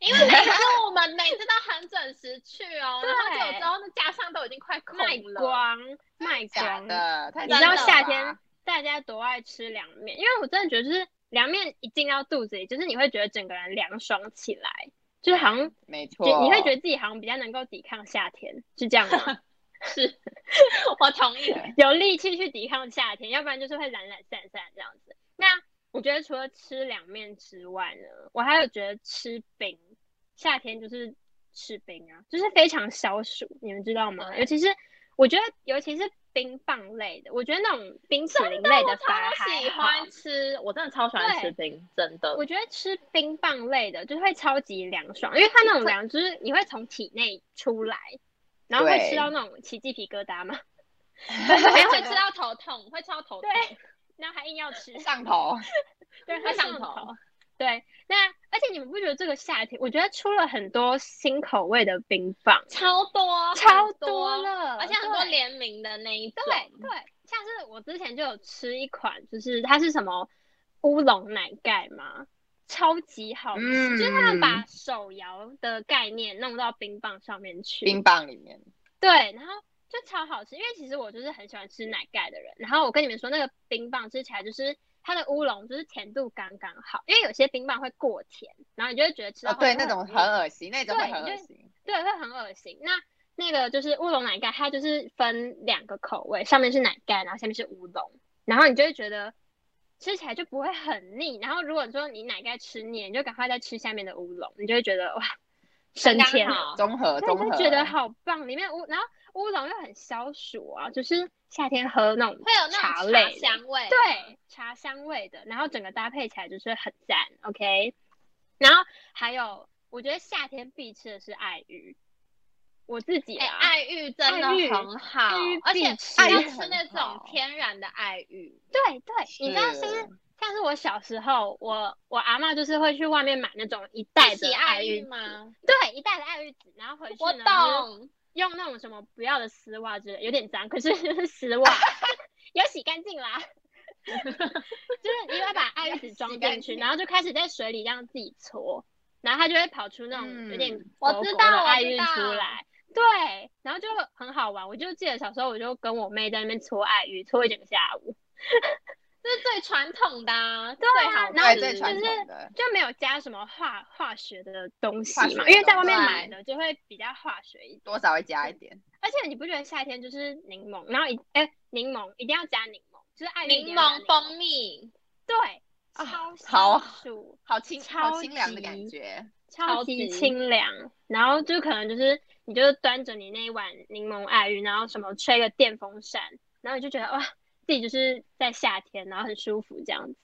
因为每次我们每次都很准时去哦，然后
对
就之后那加上都已经快 空
卖
了。
光，卖
假
光
的，太
你知道
真的
夏
吧
天大家多爱吃凉面，因为我真的觉得就是凉面一进到肚子里，就是你会觉得整个人凉爽起来，就是好像
没错，
就你会觉得自己好像比较能够抵抗夏天，是这 样吗？
是，我同意。
有力气去抵抗夏天，要不然就是会懒懒散散这样子。那我觉得除了吃凉面之外呢，我还有觉得吃冰，夏天就是吃冰啊，就是非常消暑，你们知道吗？
对
尤其是我觉得，尤其是冰棒类的，我觉得那种冰淇淋类
我
的反而
超
还
喜
好
欢吃，我真的超喜欢
对
吃冰，真的。
我觉得吃冰棒类的就会超级凉爽，因为它那种凉就是你会从体内出来，然后会
对
吃到那种起鸡皮疙瘩嘛，
还会吃到头痛，会吃到头痛。
对然后还硬要吃，
上头，
对，
会
会
哦上
上
头
头。对，那而且你们不觉得这个夏天，我觉得出了很多新口味的冰棒，
超多，
超
很多
了，
而且很多
对
联名的那一种。
对对，像是我之前就有吃一款，就是它是什么乌龙奶盖嘛，超级好吃，
嗯
就是他们把手摇的概念弄到冰棒上面去，
冰棒里面，
对，然后就超好吃。因为其实我就是很喜欢吃奶盖的人，然后我跟你们说，那个冰棒吃起来就是它的乌龙就是甜度刚刚好，因为有些冰棒会过甜，然后你就会觉得吃到、
哦，对，那种很恶心，那种
对
会很
你
恶
就
心，
对，会很恶心。那那个就是乌龙奶盖，它就是分两个口味，上面是奶盖，然后下面是乌龙，然后你就会觉得吃起来就不会很腻。然后如果说你奶盖吃腻，你就赶快再吃下面的乌龙，你就会觉得哇，升
刚
天
好
综合
对，
综
哦就
合，
觉得好棒。里面乌，然后乌龙又很消暑啊，就是夏天喝那种
会有那种茶
茶类的
香味。哎
对，茶香味的，然后整个搭配起来就是很赞，OK。然后还有，我觉得夏天必吃的是爱玉，我自己
哎、
啊，
爱玉真的
爱玉
很好
爱玉，
而且
必吃
要
爱玉
吃
很
那种
好
天然的爱玉，
对对，你知道是不
是
是？像是我小时候，我我阿嬷就是会去外面买那种一袋
爱
的
喜爱
玉
玉
子，
吗？
对，一袋的爱玉子，然后回去
我
呢就是
懂，
用那种什么不要的丝袜之类，有点脏，可是 就是丝袜有洗干净啦。就是你要把爱玉子装
洗干
进去，
净
然后就开始在水里让自己搓，然后它就会跑出那种
嗯
有点
我
狗
知
狗
道
的
我
爱
知
玉
道
出来。对，然后就很好玩。我就记得小时候，我就跟我妹在那边搓爱玉，搓一整个下午，
这是最传统的、啊，
对啊
最好吃
然后
对，最传
就是
统的，
就没有加什么化化学的东西
化学
嘛，
的
因为在外面
东西
买的就会比较化学一点。
多少会加一点，
而且你不觉得夏天就是柠檬，然后一哎柠檬一定要加柠檬，就是爱玉一定
柠
要加
檬蜂蜜，
对，
啊
超
好
消暑，
好清好
超
清凉的
级
感 觉，
超
超
级
级
清凉。然后就可能就是你就端着你那一碗柠檬爱玉，然后什么吹个电风扇，然后你就觉得哇，自己就是在夏天，然后很舒服这样子。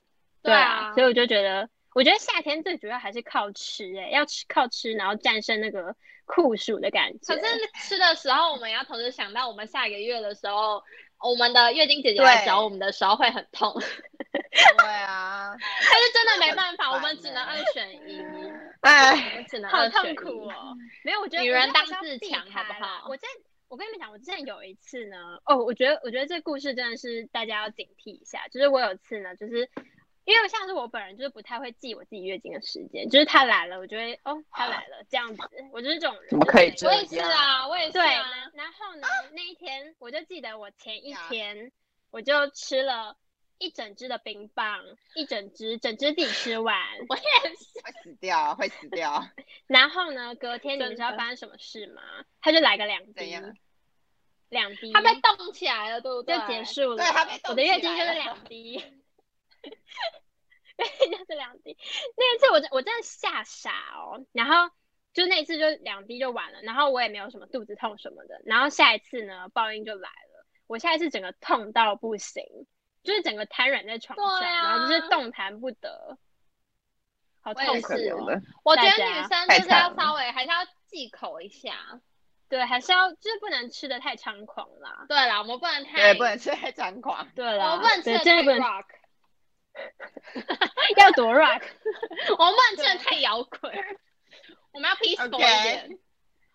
对啊
所以我就觉得，我觉得夏天最主要还是靠吃、欸，要吃靠吃，然后战胜那个酷暑的感觉。
可是吃的时候，我们要同时想到，我们下一个月的时候，我们的月经姐姐来
对
找我们的时候会很痛， 但
对 啊，
是真的没办法，我
很烦
们只能二
欸
选一，我
哎，
们只能
好
二
痛
选
苦
一。
哦。没有，我觉得
女
我觉
人
得
当
还是要
自
避
强好不
开啦
好
我之前我跟你们讲，我之前有一次呢，哦，我觉得我觉得这个故事真的是大家要警惕一下，就是我有一次呢，就是因为像是我本人就是不太会记我自己月经的时间，就是他来了，我就会哦他来了这样子，我就是这种人。
怎么可以这
就是
我
样
也是啊，我也是
对，
啊。
然然后呢，那一天我就记得我前一天我就吃了一整只的冰棒，一整只，整只自己吃完。
我也是，
会死掉，会死掉，
然后呢，隔天你们
真
知道
的
发生什么事吗？他就来个两
怎
滴
样，
两滴，
他被冻起来了，对不对？
就结束了。
对他被冻
我的月
起
经
来
就是
了
两滴，对，就是两滴。那一次我真我真的吓傻哦，然后就那一次就两滴就完了，然后我也没有什么肚子痛什么的，然后下一次呢报应就来了，我下一次整个痛到不行，就是整个瘫软在床上，
对啊
然后就是动弹不得，好
我也
痛
太
苦
可
是
怜
哦。
了。
我觉得
大家
女生就是
太
要
惨了
稍微还是要忌口一下。
对，还是要就是不能吃的太猖狂啦。
对啦，我们不能太，
对，不能吃太猖狂。
对
我
啦，
们不能吃
对
的
真
太
的不能
rock，
要多 rock。
我们不能吃的太摇滚，我们要 peaceful 一点。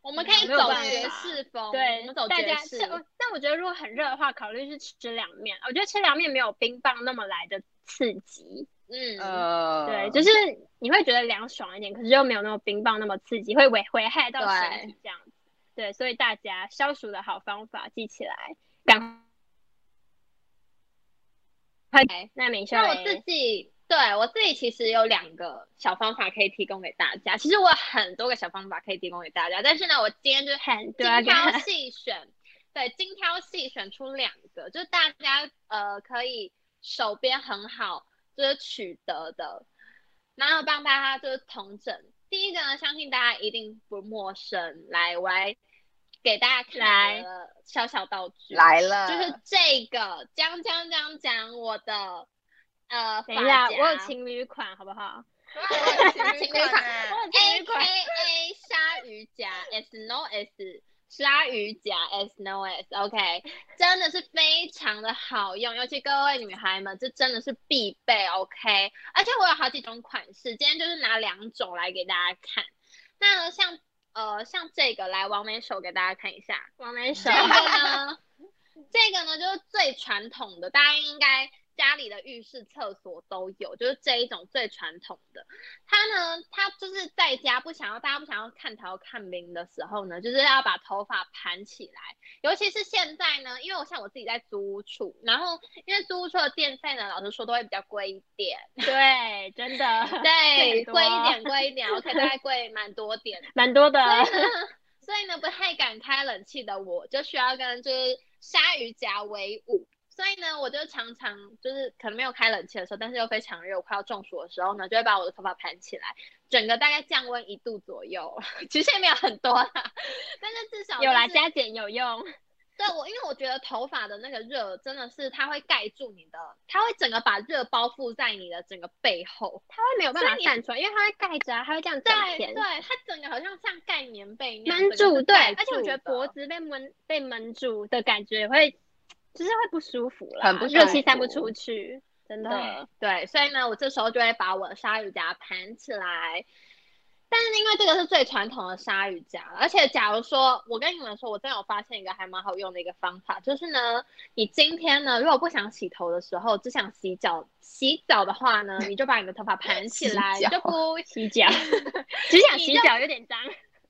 我们可以
没有
走
办
爵
法
士风，
对，
我们走
大
爵
家
士
是。哦，但我觉得如果很热的话，考虑是吃凉面。我觉得吃凉面没有冰棒那么来的刺激，
嗯，
呃，
对，就是你会觉得凉爽一点，可是又没有那么冰棒那么刺激，会危危害到身体这样子。对，所以大家消暑的好方法记起来，赶快。那明秀
那我
嘞
自己对我自己其实有两个小方法可以提供给大家。其实我有很多个小方法可以提供给大家，但是呢，我今天就是
很多啊
精
给
挑
他
细选，对，精挑细选出两个，就是大家呃可以手边很好就是取得的，然后帮大家就是统整。第一个呢，相信大家一定不陌生，来，我来给大家看
来
我的小小道具，
来了，
呃
就是这个，讲讲讲讲我的呃
等一下，
发夹
我有情侣款，好不好？
情
情侣款
我有情
A
侣
K
款，
A 鲨鱼夹 S no S 鲨鱼夹 S no S OK，真的是非常的好用，尤其各位女孩们，这真的是必备 OK。而且我有好几种款式，今天就是拿两种来给大家看。那呢，像呃像这个来王美手给大家看一下，
王美手
这，个呢，这个呢就是最传统的，大家应该家里的浴室、厕所都有，就是这一种最传统的。它呢，它就是在家不想要大家不想要看头看冰的时候呢，就是要把头发盘起来，尤其是现在呢，因为我像我自己在租屋处，然后因为租屋处的电费呢，老实说都会比较贵一点，
对，真的
对，
很多
贵一点，贵一点，OK，大概贵蛮多点的
蛮多的。
所以呢，不太敢开冷气的我，就需要跟就是鲨鱼夹为伍。所以呢，我就常常就是可能没有开冷气的时候，但是又非常热，我快要中暑的时候呢，就会把我的头发盘起来，整个大概降温一度左右， 其实也没有很多啦，但是至少、
有啦，
加
加减有用。
对我，因为我觉得头发的那个热真的是它会盖住你的，它会整个把热包覆在你的整个背后，
它会没有办
所
法
以你
散出来，因为它会盖着啊，它会这样整
对
天
对，它整个好像像盖棉被那样，整
闷
个
住，
是
嗯对，
盖
而且我觉得
住的
脖子被闷被闷住的感觉会，就是会不舒服啦，
很不
热
舒
气散不
服
出去，真的
对。对，所以呢，我这时候就会把我的鲨鱼夹盘起来。但是因为这个是最传统的鲨鱼夹了，而且假如说我跟你们说，我真的有发现一个还蛮好用的一个方法，就是呢，你今天呢如果不想洗头的时候，只想洗脚，洗澡的话呢，你就把你的头发盘起来，
洗
你
脚
就不
洗脚，只想
你
洗
就
脚有点脏，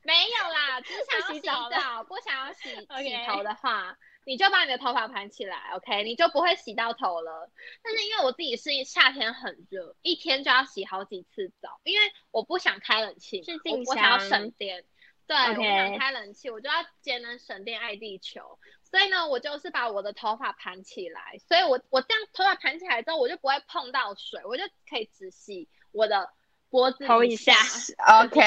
没有啦，只想要
洗
洗
澡了
澡，不想要 洗洗
OK
头的话，你就把你的头发盘起来，OK，你就不会洗到头了。但是因为我自己是夏天很热，一天就要洗好几次澡，因为我不想开冷气嘛，
是
我
静
我想要
香
省电。对
OK
我不想开冷气，我就要节能省电爱地球。所以呢，我就是把我的头发盘起来，所以我我这样头发盘起来之后，我就不会碰到水，我就可以只洗我的脖子
头
以
以下
对 我
OK，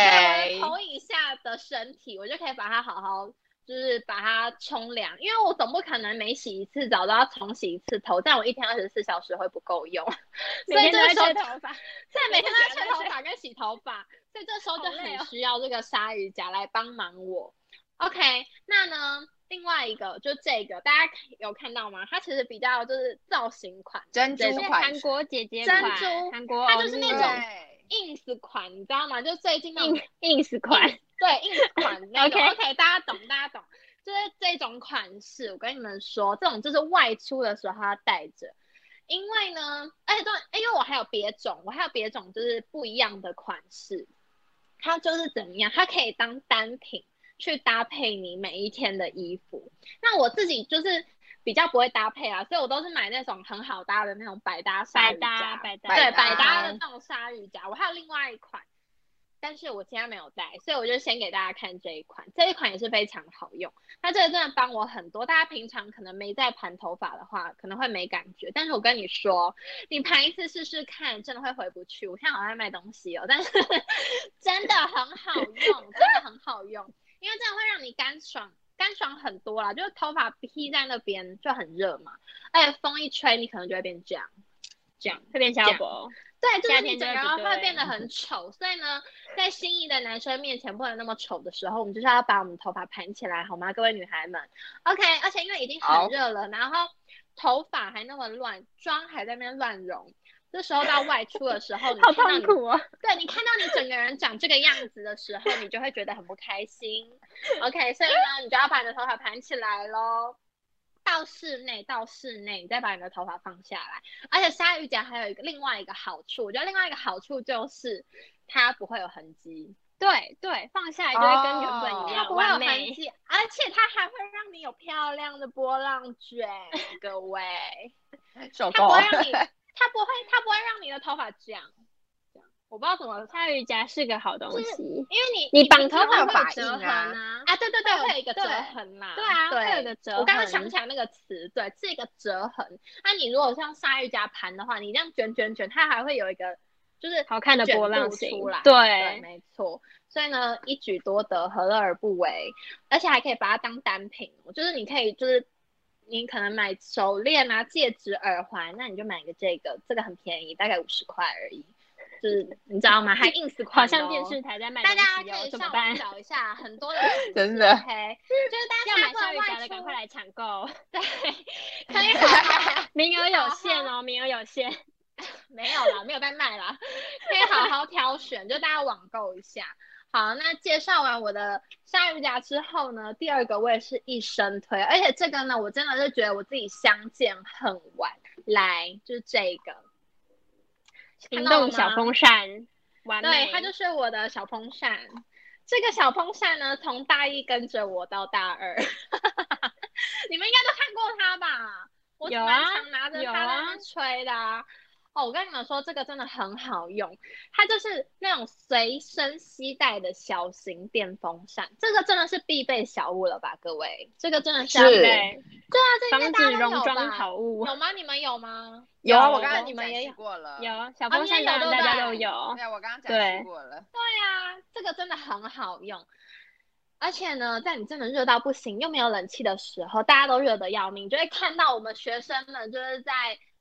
的头以下的身体，我就可以把它好好，就是把它冲凉，因为我总不可能每洗一次澡都要重洗一次头，但我一天二十四小时会不够 用，
每
所以
天
这
都
个
在
时候
吹头发，
所以每天都 要吹
我不想再
头发跟洗头发，所以这时候就
好累哦
很需要这个鲨鱼夹来帮忙我。OK，那呢，另外一个就这个，大家有看到吗？它其实比较就是造型款，
珍珠
对
是
款
韩国姐姐
珍
款
珠，
韩国
它就是
欧
那
尼
种
对
ins 款，你知道吗？就最近那种
ins 款，
对，ins 款那种
OK
OK，大家懂，大家懂，就是这种款式。我跟你们说，这种就是外出的时候要带着。因为呢，而且都因为我还有别种，我还有别种就是不一样的款式，它就是怎么样，它可以当单品去搭配你每一天的衣服。那我自己就是比较不会搭配啊，所以我都是买那种很好搭的那种百搭鲨
百
鱼
搭
夹，
百搭，
对
百
百搭
搭
的那种鲨鱼夹，我还有另外一款，但是我今天没有带，所以我就先给大家看这一款，这一款也是非常好用。那这个真的帮我很多，大家平常可能没在盘头发的话，可能会没感觉，但是我跟你说，你盘一次试试看，真的会回不去。我现在好像在卖东西哦，但是 真的很好用，真的很好用，因为真的会让你干爽。干爽很多啦，就是头发披在那边就很热嘛，而且风一吹，你可能就会变这样，这样。
会变小
嗯这样
博。
对，就是
夏
你
天就
整个
会哎
人
比
会
对
变得很丑，所以呢，在心仪的男生面前不能那么丑的时候，我们就是要把我们头发盘起来，好吗，各位女孩们？OK，而且因为已经很
好
热了，然后头发还那么乱，妆还在那边乱融，这时候到外出的时候，你
好
看到
痛
你
苦哦！
对你看到你整个人长这个样子的时候，你就会觉得很不开心。OK，所以呢，你就要把你的头发盘起来喽。到室内，到室内，你再把你的头发放下来。而且鲨鱼夹还有一个另外一个好处，我觉得另外一个好处就是它不会有痕迹，呃
对对，放下来就会跟原本
哦
一
它
样
不会有
完
痕
美。
迹，而且它还会让你有漂亮的波浪卷，各位，
手
它不
工
会让你，它不会，它不会让你的头发这样，这样，我不知道怎么
鲨鱼夹是个好东
就是
西，
因为你
你
平
绑
常
头
会
发
有
会有
折
印
痕
啊
啊啊，对对对，会有一个折
对
痕啦，
对啊会有一个折
我刚刚
痕
想不起来那个词，对，是一个折痕。那你如果像鲨鱼夹盘的话，你这样卷卷卷，它还会有一个就是
好看的
卷
波浪
度
形
出来，对，
对，
没错。所以呢，一举多得，何乐而不为？而且还可以把它当单品，哦就是你可以就是。你可能买手链啊、戒指、耳环，那你就买个这个，这个很便宜，大概五十块而已，就是你知道吗？还 ins 款
好
的
像电
哦
视台在卖
大
东
家
西
可
哦，
以
怎
上
么
网
办？
找一下很多的款 式
真的
，OK，就是大
要
家
买鲨鱼夹的，赶快
来，
来抢购，
对，可以好好
名额
好
有
好
限哦，名额有限。
没有啦，没有在卖啦， 可以好好挑选，就大家网购一下。好，那介绍完我的鲨鱼夹之后呢，第二个我也是一生推，而且这个呢，我真的是觉得我自己相见恨晚。来，就是这个，
行
看到了
动小
吗
风扇，完
对
美，，
它就是我的小风扇。这个小风扇呢，从大一跟着我到大二， 你们应该都看过它吧？我
有啊
蛮常拿着
有
它在那
啊
边吹的啊。哦，我跟你们说，这个真的很好用，它就是那种随身携带的小型电风扇，这个真的是必备小物了吧，各位？这个真的是要
是
备，对
对
啊，这应该
防
大
止
家都
熔
有
妆
吧？
好物。
有吗？你们有吗？
有啊，
有
我刚刚
你
你
们
们
也
也
有
过了，
有小
你也
风扇，
有
当然
对不
大家都
对
有。
对，我刚刚
对
展示过了，
对呀、这个真的很好用，而且呢，在你真的热到不行又没有冷气的时候，大家都热得要命，你就会看到我们学生们就是在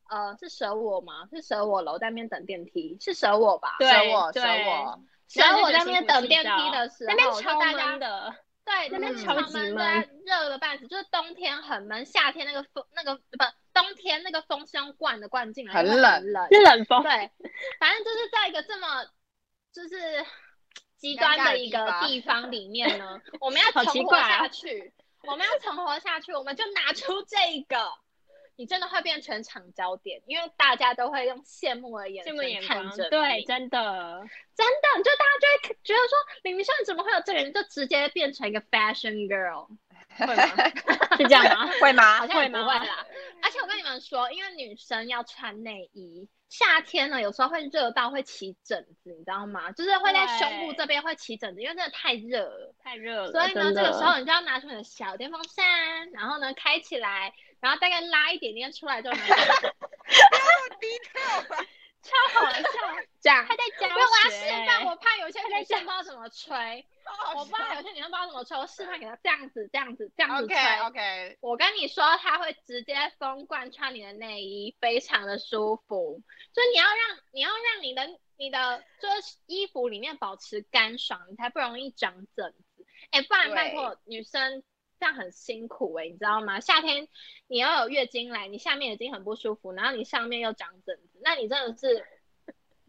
呃是舍我吗？是舍我楼在那边等电梯，是舍我吧？
对
舍我舍
对
我，
舍
然后
我
就
在
觉
那
得
边
心
等电梯
浮气躁
的时
那边
候，就
超
大家
闷的，
对那边
嗯
超
超
闷
级
对啊
闷，
热的半死，就是冬天很闷，夏天那个风那个不冬天那个风是用灌的灌进来，
很
就会
冷
冷，
是冷风。
对，反正就是在一个这么就是极
尴
端
尬
的
的
一
地
个
方
地方里面呢，我们要
好
存
奇
活
怪啊
下去，我们要存活下去，我们就拿出这个，你真的会变全场焦点，因为大家都会用羡慕的眼
这
神
么眼
看
光
着，
对，
你
真的，
真的，就大家就会觉得说，李明炫怎么会有这个人，就直接变成一个 fashion girl，会吗？
是这样吗？
会吗
好？像也
会
不
吗
会啦。 而且我跟你们说，因为女生要穿内衣，夏天呢有时候会热到会起疹子，你知道吗？就是会在胸部
对
这边会起疹子，因为真的太热了。
太热了，
所以呢，
真
这
的
个时候你就要拿呃出你的小电风扇，然后呢开起来，然后大概拉一点点出来就 拿出来
低调吧，
超好笑，
这样
他。在教
因为我要示
学
范，我怕有些
在
女生不知道怎么吹， 我
我
怕有些女生不知道怎么吹，我示范给她这样子、这样子、这样子吹。
OK OK，
我跟你说，它会直接风贯穿你的内衣，非常的舒服。所以你要让你要让你的你的就是衣服里面保持干爽，你才不容易长疹子。哎，不然
对
拜托女生这样很辛苦哎、你知道吗？夏天你要有月经来，你下面已经很不舒服，然后你上面又长疹子，那你真的是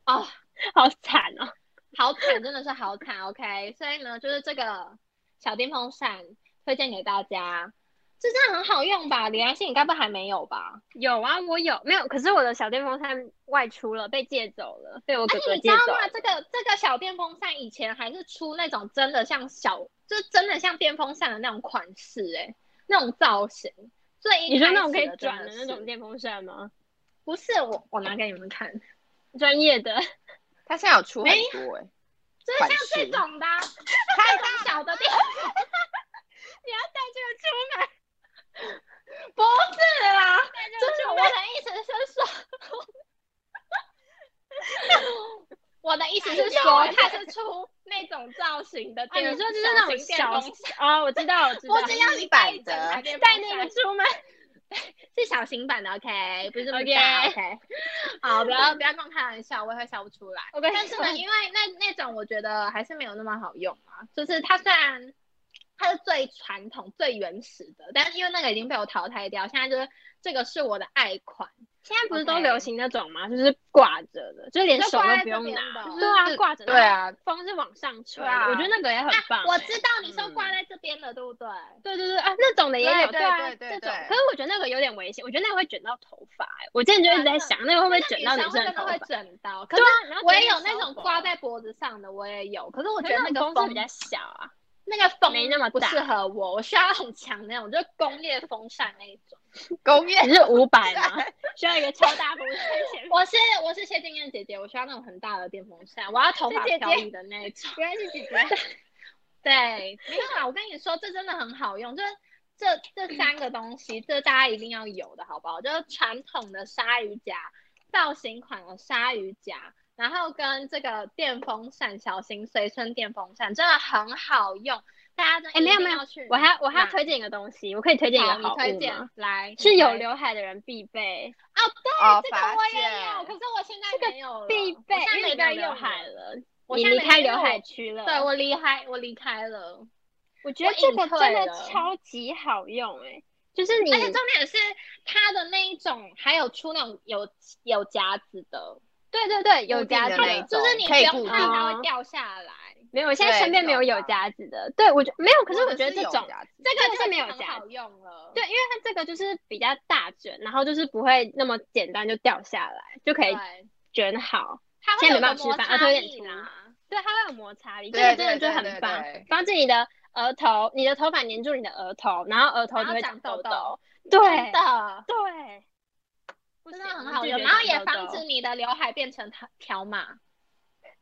哦，
好惨哦。
好惨，真的是好惨。OK，所以呢，就是这个小电风扇推荐给大家。这真的很好用吧？李兰信你该不会还没有吧？
有啊，我有没有？可是我的小电风扇外出了，被借走了，被我哥
而且
哥
哎你知
借
道
走
吗？
了。
这个这个小电风扇以前还是出那种真的像小，就是真的像电风扇的那种款式、欸，那种造型。所以
你说那种可以转
的
的那种，电风扇吗？
不是我我拿给你们看，
专业的，
它现在有出很
没
多哎、
就是
款
像这
式
种的 啊、这种小的电风扇， 你要带这个出门？ 不是啦，就是我的意思是说， 哎我的哎意思是说，它是出那种造型的
啊，
电，
你说就是那
小
种
型电
小
风扇，
哦，我知道，我知道
我，只要你带一整台电风
带
扇
那个 出门。
是小型版的，OK，不是那么
OK
大，OK。好，不要不要跟我开玩笑，我也会笑不出来。
我跟你
但是呢，因为那那种我觉得还是没有那么好用啊，就是它虽然它是最传统、最原始的，但是因为那个已经被我淘汰掉，现在就是这个是我的爱款，
现在不是都
OK
流行那种吗？就是挂着的，就连
就
手
挂在
都
这
不用
边
拿。
的
对啊，
是
挂着。
对，啊，
风是往上吹
对啊
的，我觉得那个也很棒。
我知道你说
嗯
挂在这边的，对不对？
对对对啊，那种的也有，
对对
啊，
对对
这
对
种。可是我觉得那个有点危险，我觉得那个会卷到头发。哎我之前就一直在想，那个会不会卷到女
女生
生
会真的
的头发
会？整到，可
对
是
啊，然后
我
直
也
接
有
烧
那种
头
挂，在脖子上的，我也有，可是我
可
觉
是
得个
那种风是
风
比较小啊。
那个风
没那么
不
大
适合我，我需要很强那种，就是工业风扇那一种。
工业
你是五百 吗？需要一个超大风 扇前面。
我是我是谢金燕姐姐，我需要那种很大的电风扇，我要头发
是姐姐
飘逸的那一种。
原来是姐姐。
对，没有啦，我跟你说，这真的很好用，就是这这三个东西，这大家一定要有的好不好？就是传统的鲨鱼夹，造型款的鲨鱼夹，然后跟这个电风扇，小型随身电风扇，真的很好用，大家真的
哎没有
一定
没有
要去
我还我还要
买
推荐一个东西，我可以推荐一个
好，你
好
推
物
荐
吗？
来
是有
流
刘海的人必备，
啊，对，
哦
这个
发
我也
现
有，可是我现
这
在
个
没有了，
必
我
备，
现在
因为
没
你不要
在
刘
用
海
了，
了，
我
你
现在
离
没
开
在
刘
用
海
了
区了。
对我离开我离开了，
我觉得
我
这
隐
个
退
真的
了
超级好用哎、就是你
而且重点是它的那一种，还有出那种有有夹子的，
对对对有
固定
夹
的
子
那一种
就是你不
可以
用
固
怕
定
它
的
会掉下来。
没有，我现在
对
身边没有
有
有
吧
夹子的。对，我觉没有，可是我觉得这
有
种
夹子
这
这个
个
是
就
没有
很
夹
好
子
用了，
对，因为它这个就是比较大卷，然后就是不会那么简单就掉下来，就可以
对，
卷好。
它会
现在
有个
没办法
摩
示范啊
擦
这有点
力
粗
啦。
对，它会有摩擦力，这
对
个真的
对
就
对
很
对
棒
对，
防止你的额头、你的头发粘住你的额头，然后额头
然
就
后
会
长痘
痘
痘
痘。对，
真的，
对，不
真的
行
很
我
好
拒
用，
绝
然后
长
也
痘
防
痘
止你的刘海变成条条码。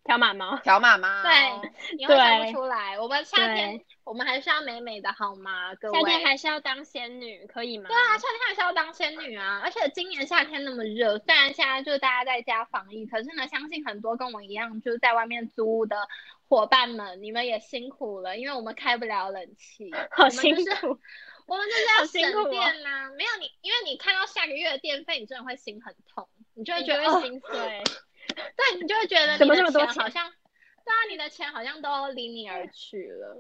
条码毛。
条妈妈哦
对， 你会看
对
不出来。我们夏天
对，
我们还是要美美的好吗？各位，
夏天还是要当仙女，可以吗？
对 啊，夏天还是要当仙女啊！而且今年夏天那么热，虽然现在就是大家在家防疫，可是呢，相信很多跟我一样就是在外面租屋的伙伴们，你们也辛苦了，因为我们开不了冷气，
好
我们
辛
就是
苦。
我们就
好
是
辛
要
苦
省
哦
电啦、没有你，因为你看到下个月的电费，你真的会心很痛，你就会
你
觉
就
得
会
哦
心碎。
对你就会觉得
怎
你
么
的
这么多
钱好像，对啊，你的钱好像都离你而去了。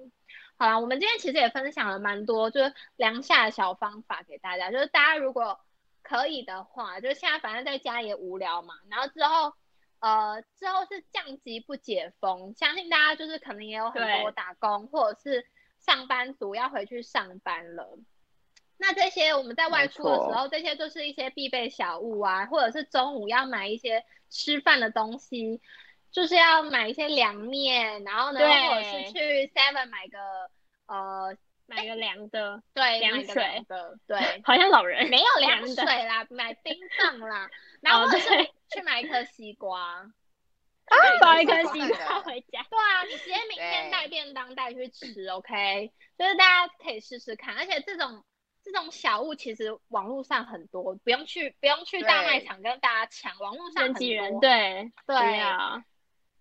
好啦，我们今天其实也分享了蛮多，就是凉下的小方法给大家。就是大家如果可以的话，就是现在反正在家也无聊嘛，然后之后，呃，之后是降级不解封，相信大家就是可能也有很多
对
打工或者是上班族要回去上班了。那这些我们在外
没
出的时
错
候，这些就是一些必备小物啊，或者是中午要买一些吃饭的东西，就是要买一些凉面，然后呢，
对
或者是去 Seven 买个呃，
买个凉的，
对，
凉
买个
水，
凉的，对
哎 好像老人。
没有凉
凉
水
的
啦，买冰棒啦，然后
哦
或者是
对
去买一颗西瓜。
啊
抱
抱
一颗
西
西瓜回家。
对啊，你直接明天
对
带便当带去吃，OK？就是大家可以试试看，而且这种这种小物其实网络上很多，不用去不用去大卖
对
场跟大家抢，网络上
人
很
挤人，
多
对
对。
对啊，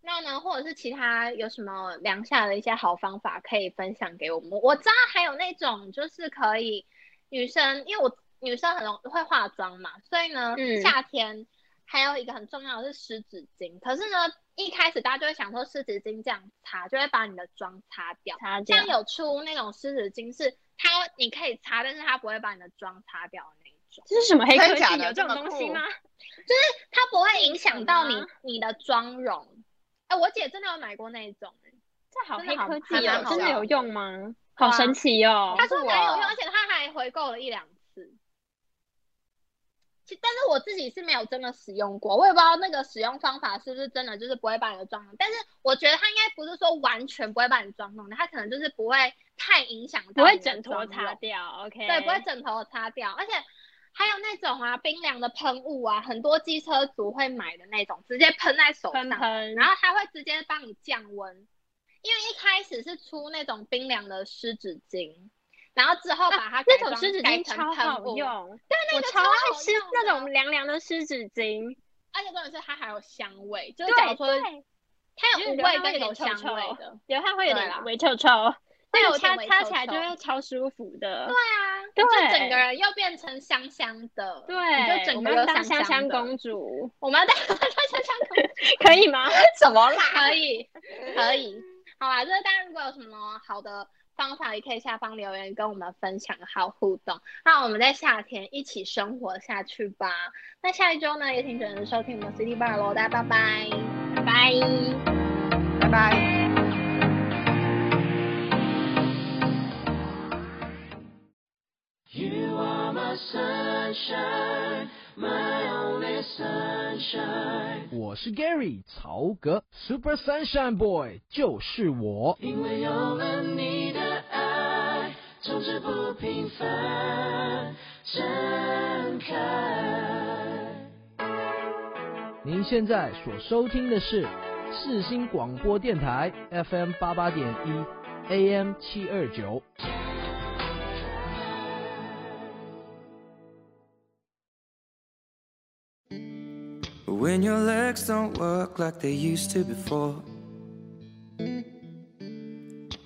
那呢，或者是其他有什么凉下的一些好方法可以分享给我们？我知道还有那种就是可以女生，因为我女生很容会化妆嘛，所以呢，
嗯
夏天还有一个很重要的是湿纸巾。可是呢，一开始大家就会想说湿纸巾这样擦就会把你的妆擦掉，
擦掉
像有出那种湿纸巾是它你可以擦，但是它不会把你的妆擦掉的那一种。
这是什么黑科
真的假
技？
的
有这种
这么
东西
酷
吗？
它不会影响到你
吗
你的妆容。哎、我姐真的有买过那一种、欸
这好
真的
黑
好
科
还
技
蛮
哦，
好
真的
笑
有
的
用吗？好神奇哦！
他说蛮有
酷
用，
哦
而且他还回购了一两次。其但是我自己是没有真的使用过，我也不知道那个使用方法是不是真的就是不会把你的妆弄。但是我觉得它应该不是说完全不会把你妆弄的，它可能就是不会太影响到
不会
你的
枕头
妆
擦
容
掉，OK？
对，不会枕头擦掉，而且还有那种啊冰凉的喷雾啊，很多机车族会买的那种，直接喷在手
喷
上，
喷，
然后它会直接帮你降温，因为一开始是出那种冰凉的湿纸巾，然后之后把它改
啊那种
装
湿纸
改
巾
成
超好
喷雾，
用，
那
我
个超
超爱
好
湿
用
那
的
种凉凉的湿纸巾。
而且重点是它还有香味，就是假
对
如说
对，
它
就
有
是
五
流
味
汗会
跟
有
有
点
香
臭臭
味的，
流汗会有
对
点
啦
微臭臭，那
有
个
点
擦
微
擦
臭
起来就
臭
会超舒服的。
对啊，
对
就整个人又变成香香的，
对，
你就
我
整个
们要
又
当香
香
香
的
公主，
我们要当当香香公主
可以吗？
什么啦？
可以，可以，好啊啦，就是大家如果有什么好的方法，也可以下方留言跟我们分享，好互动。那我们在夏天一起生活下去吧。那下一周呢，也请准时收听我们 City Bar 喽，大家拜拜，拜拜。
拜拜。
You are my sunshine, my only sunshine。
我是 Gary 曹格，Super Sunshine Boy 就是我。
因为有了你的爱，从此不平凡。展开。
您现在所收听的是世新广播电台 FM 八八点一，AM 七二九。
When your legs don't work like they used to before.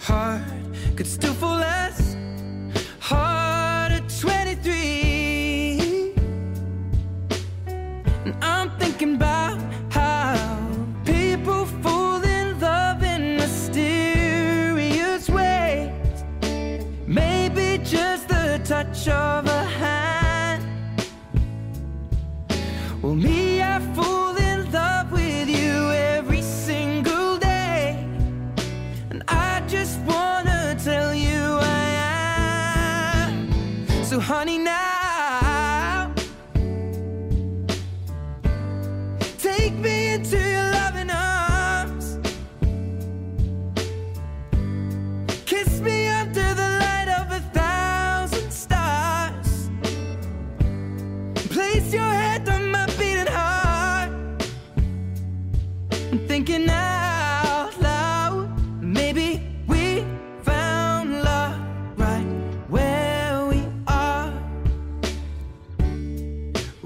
heart could still fall as hard at 23. And I'm thinking about how people fall in love in mysterious ways. Maybe just the touch of a hand. Well, me, I fall in love with you every single day. And I just wanna tell you I am. So, honey, now. Take me into your loving arms. Kiss me under the light of a thousand stars. Place your head on my beating heart. I'm thinking out loud. Maybe we found love right where we are.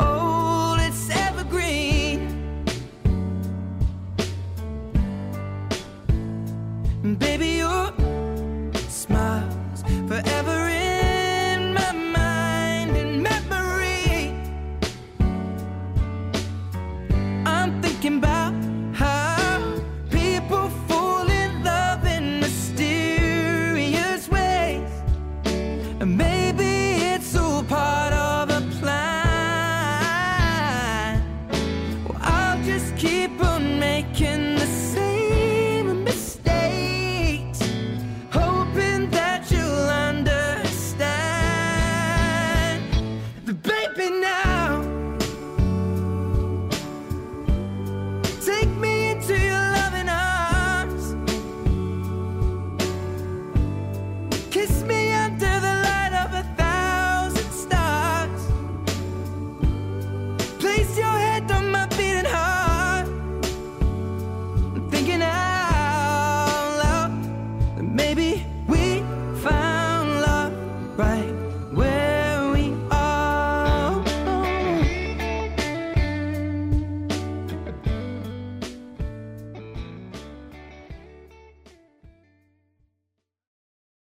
old, it's evergreen. Baby, you're smiles forever in my mind and memory. I'm thinking about how people fall in love in mysterious ways. And maybe it's all part of a plan. Well, I'll just keep a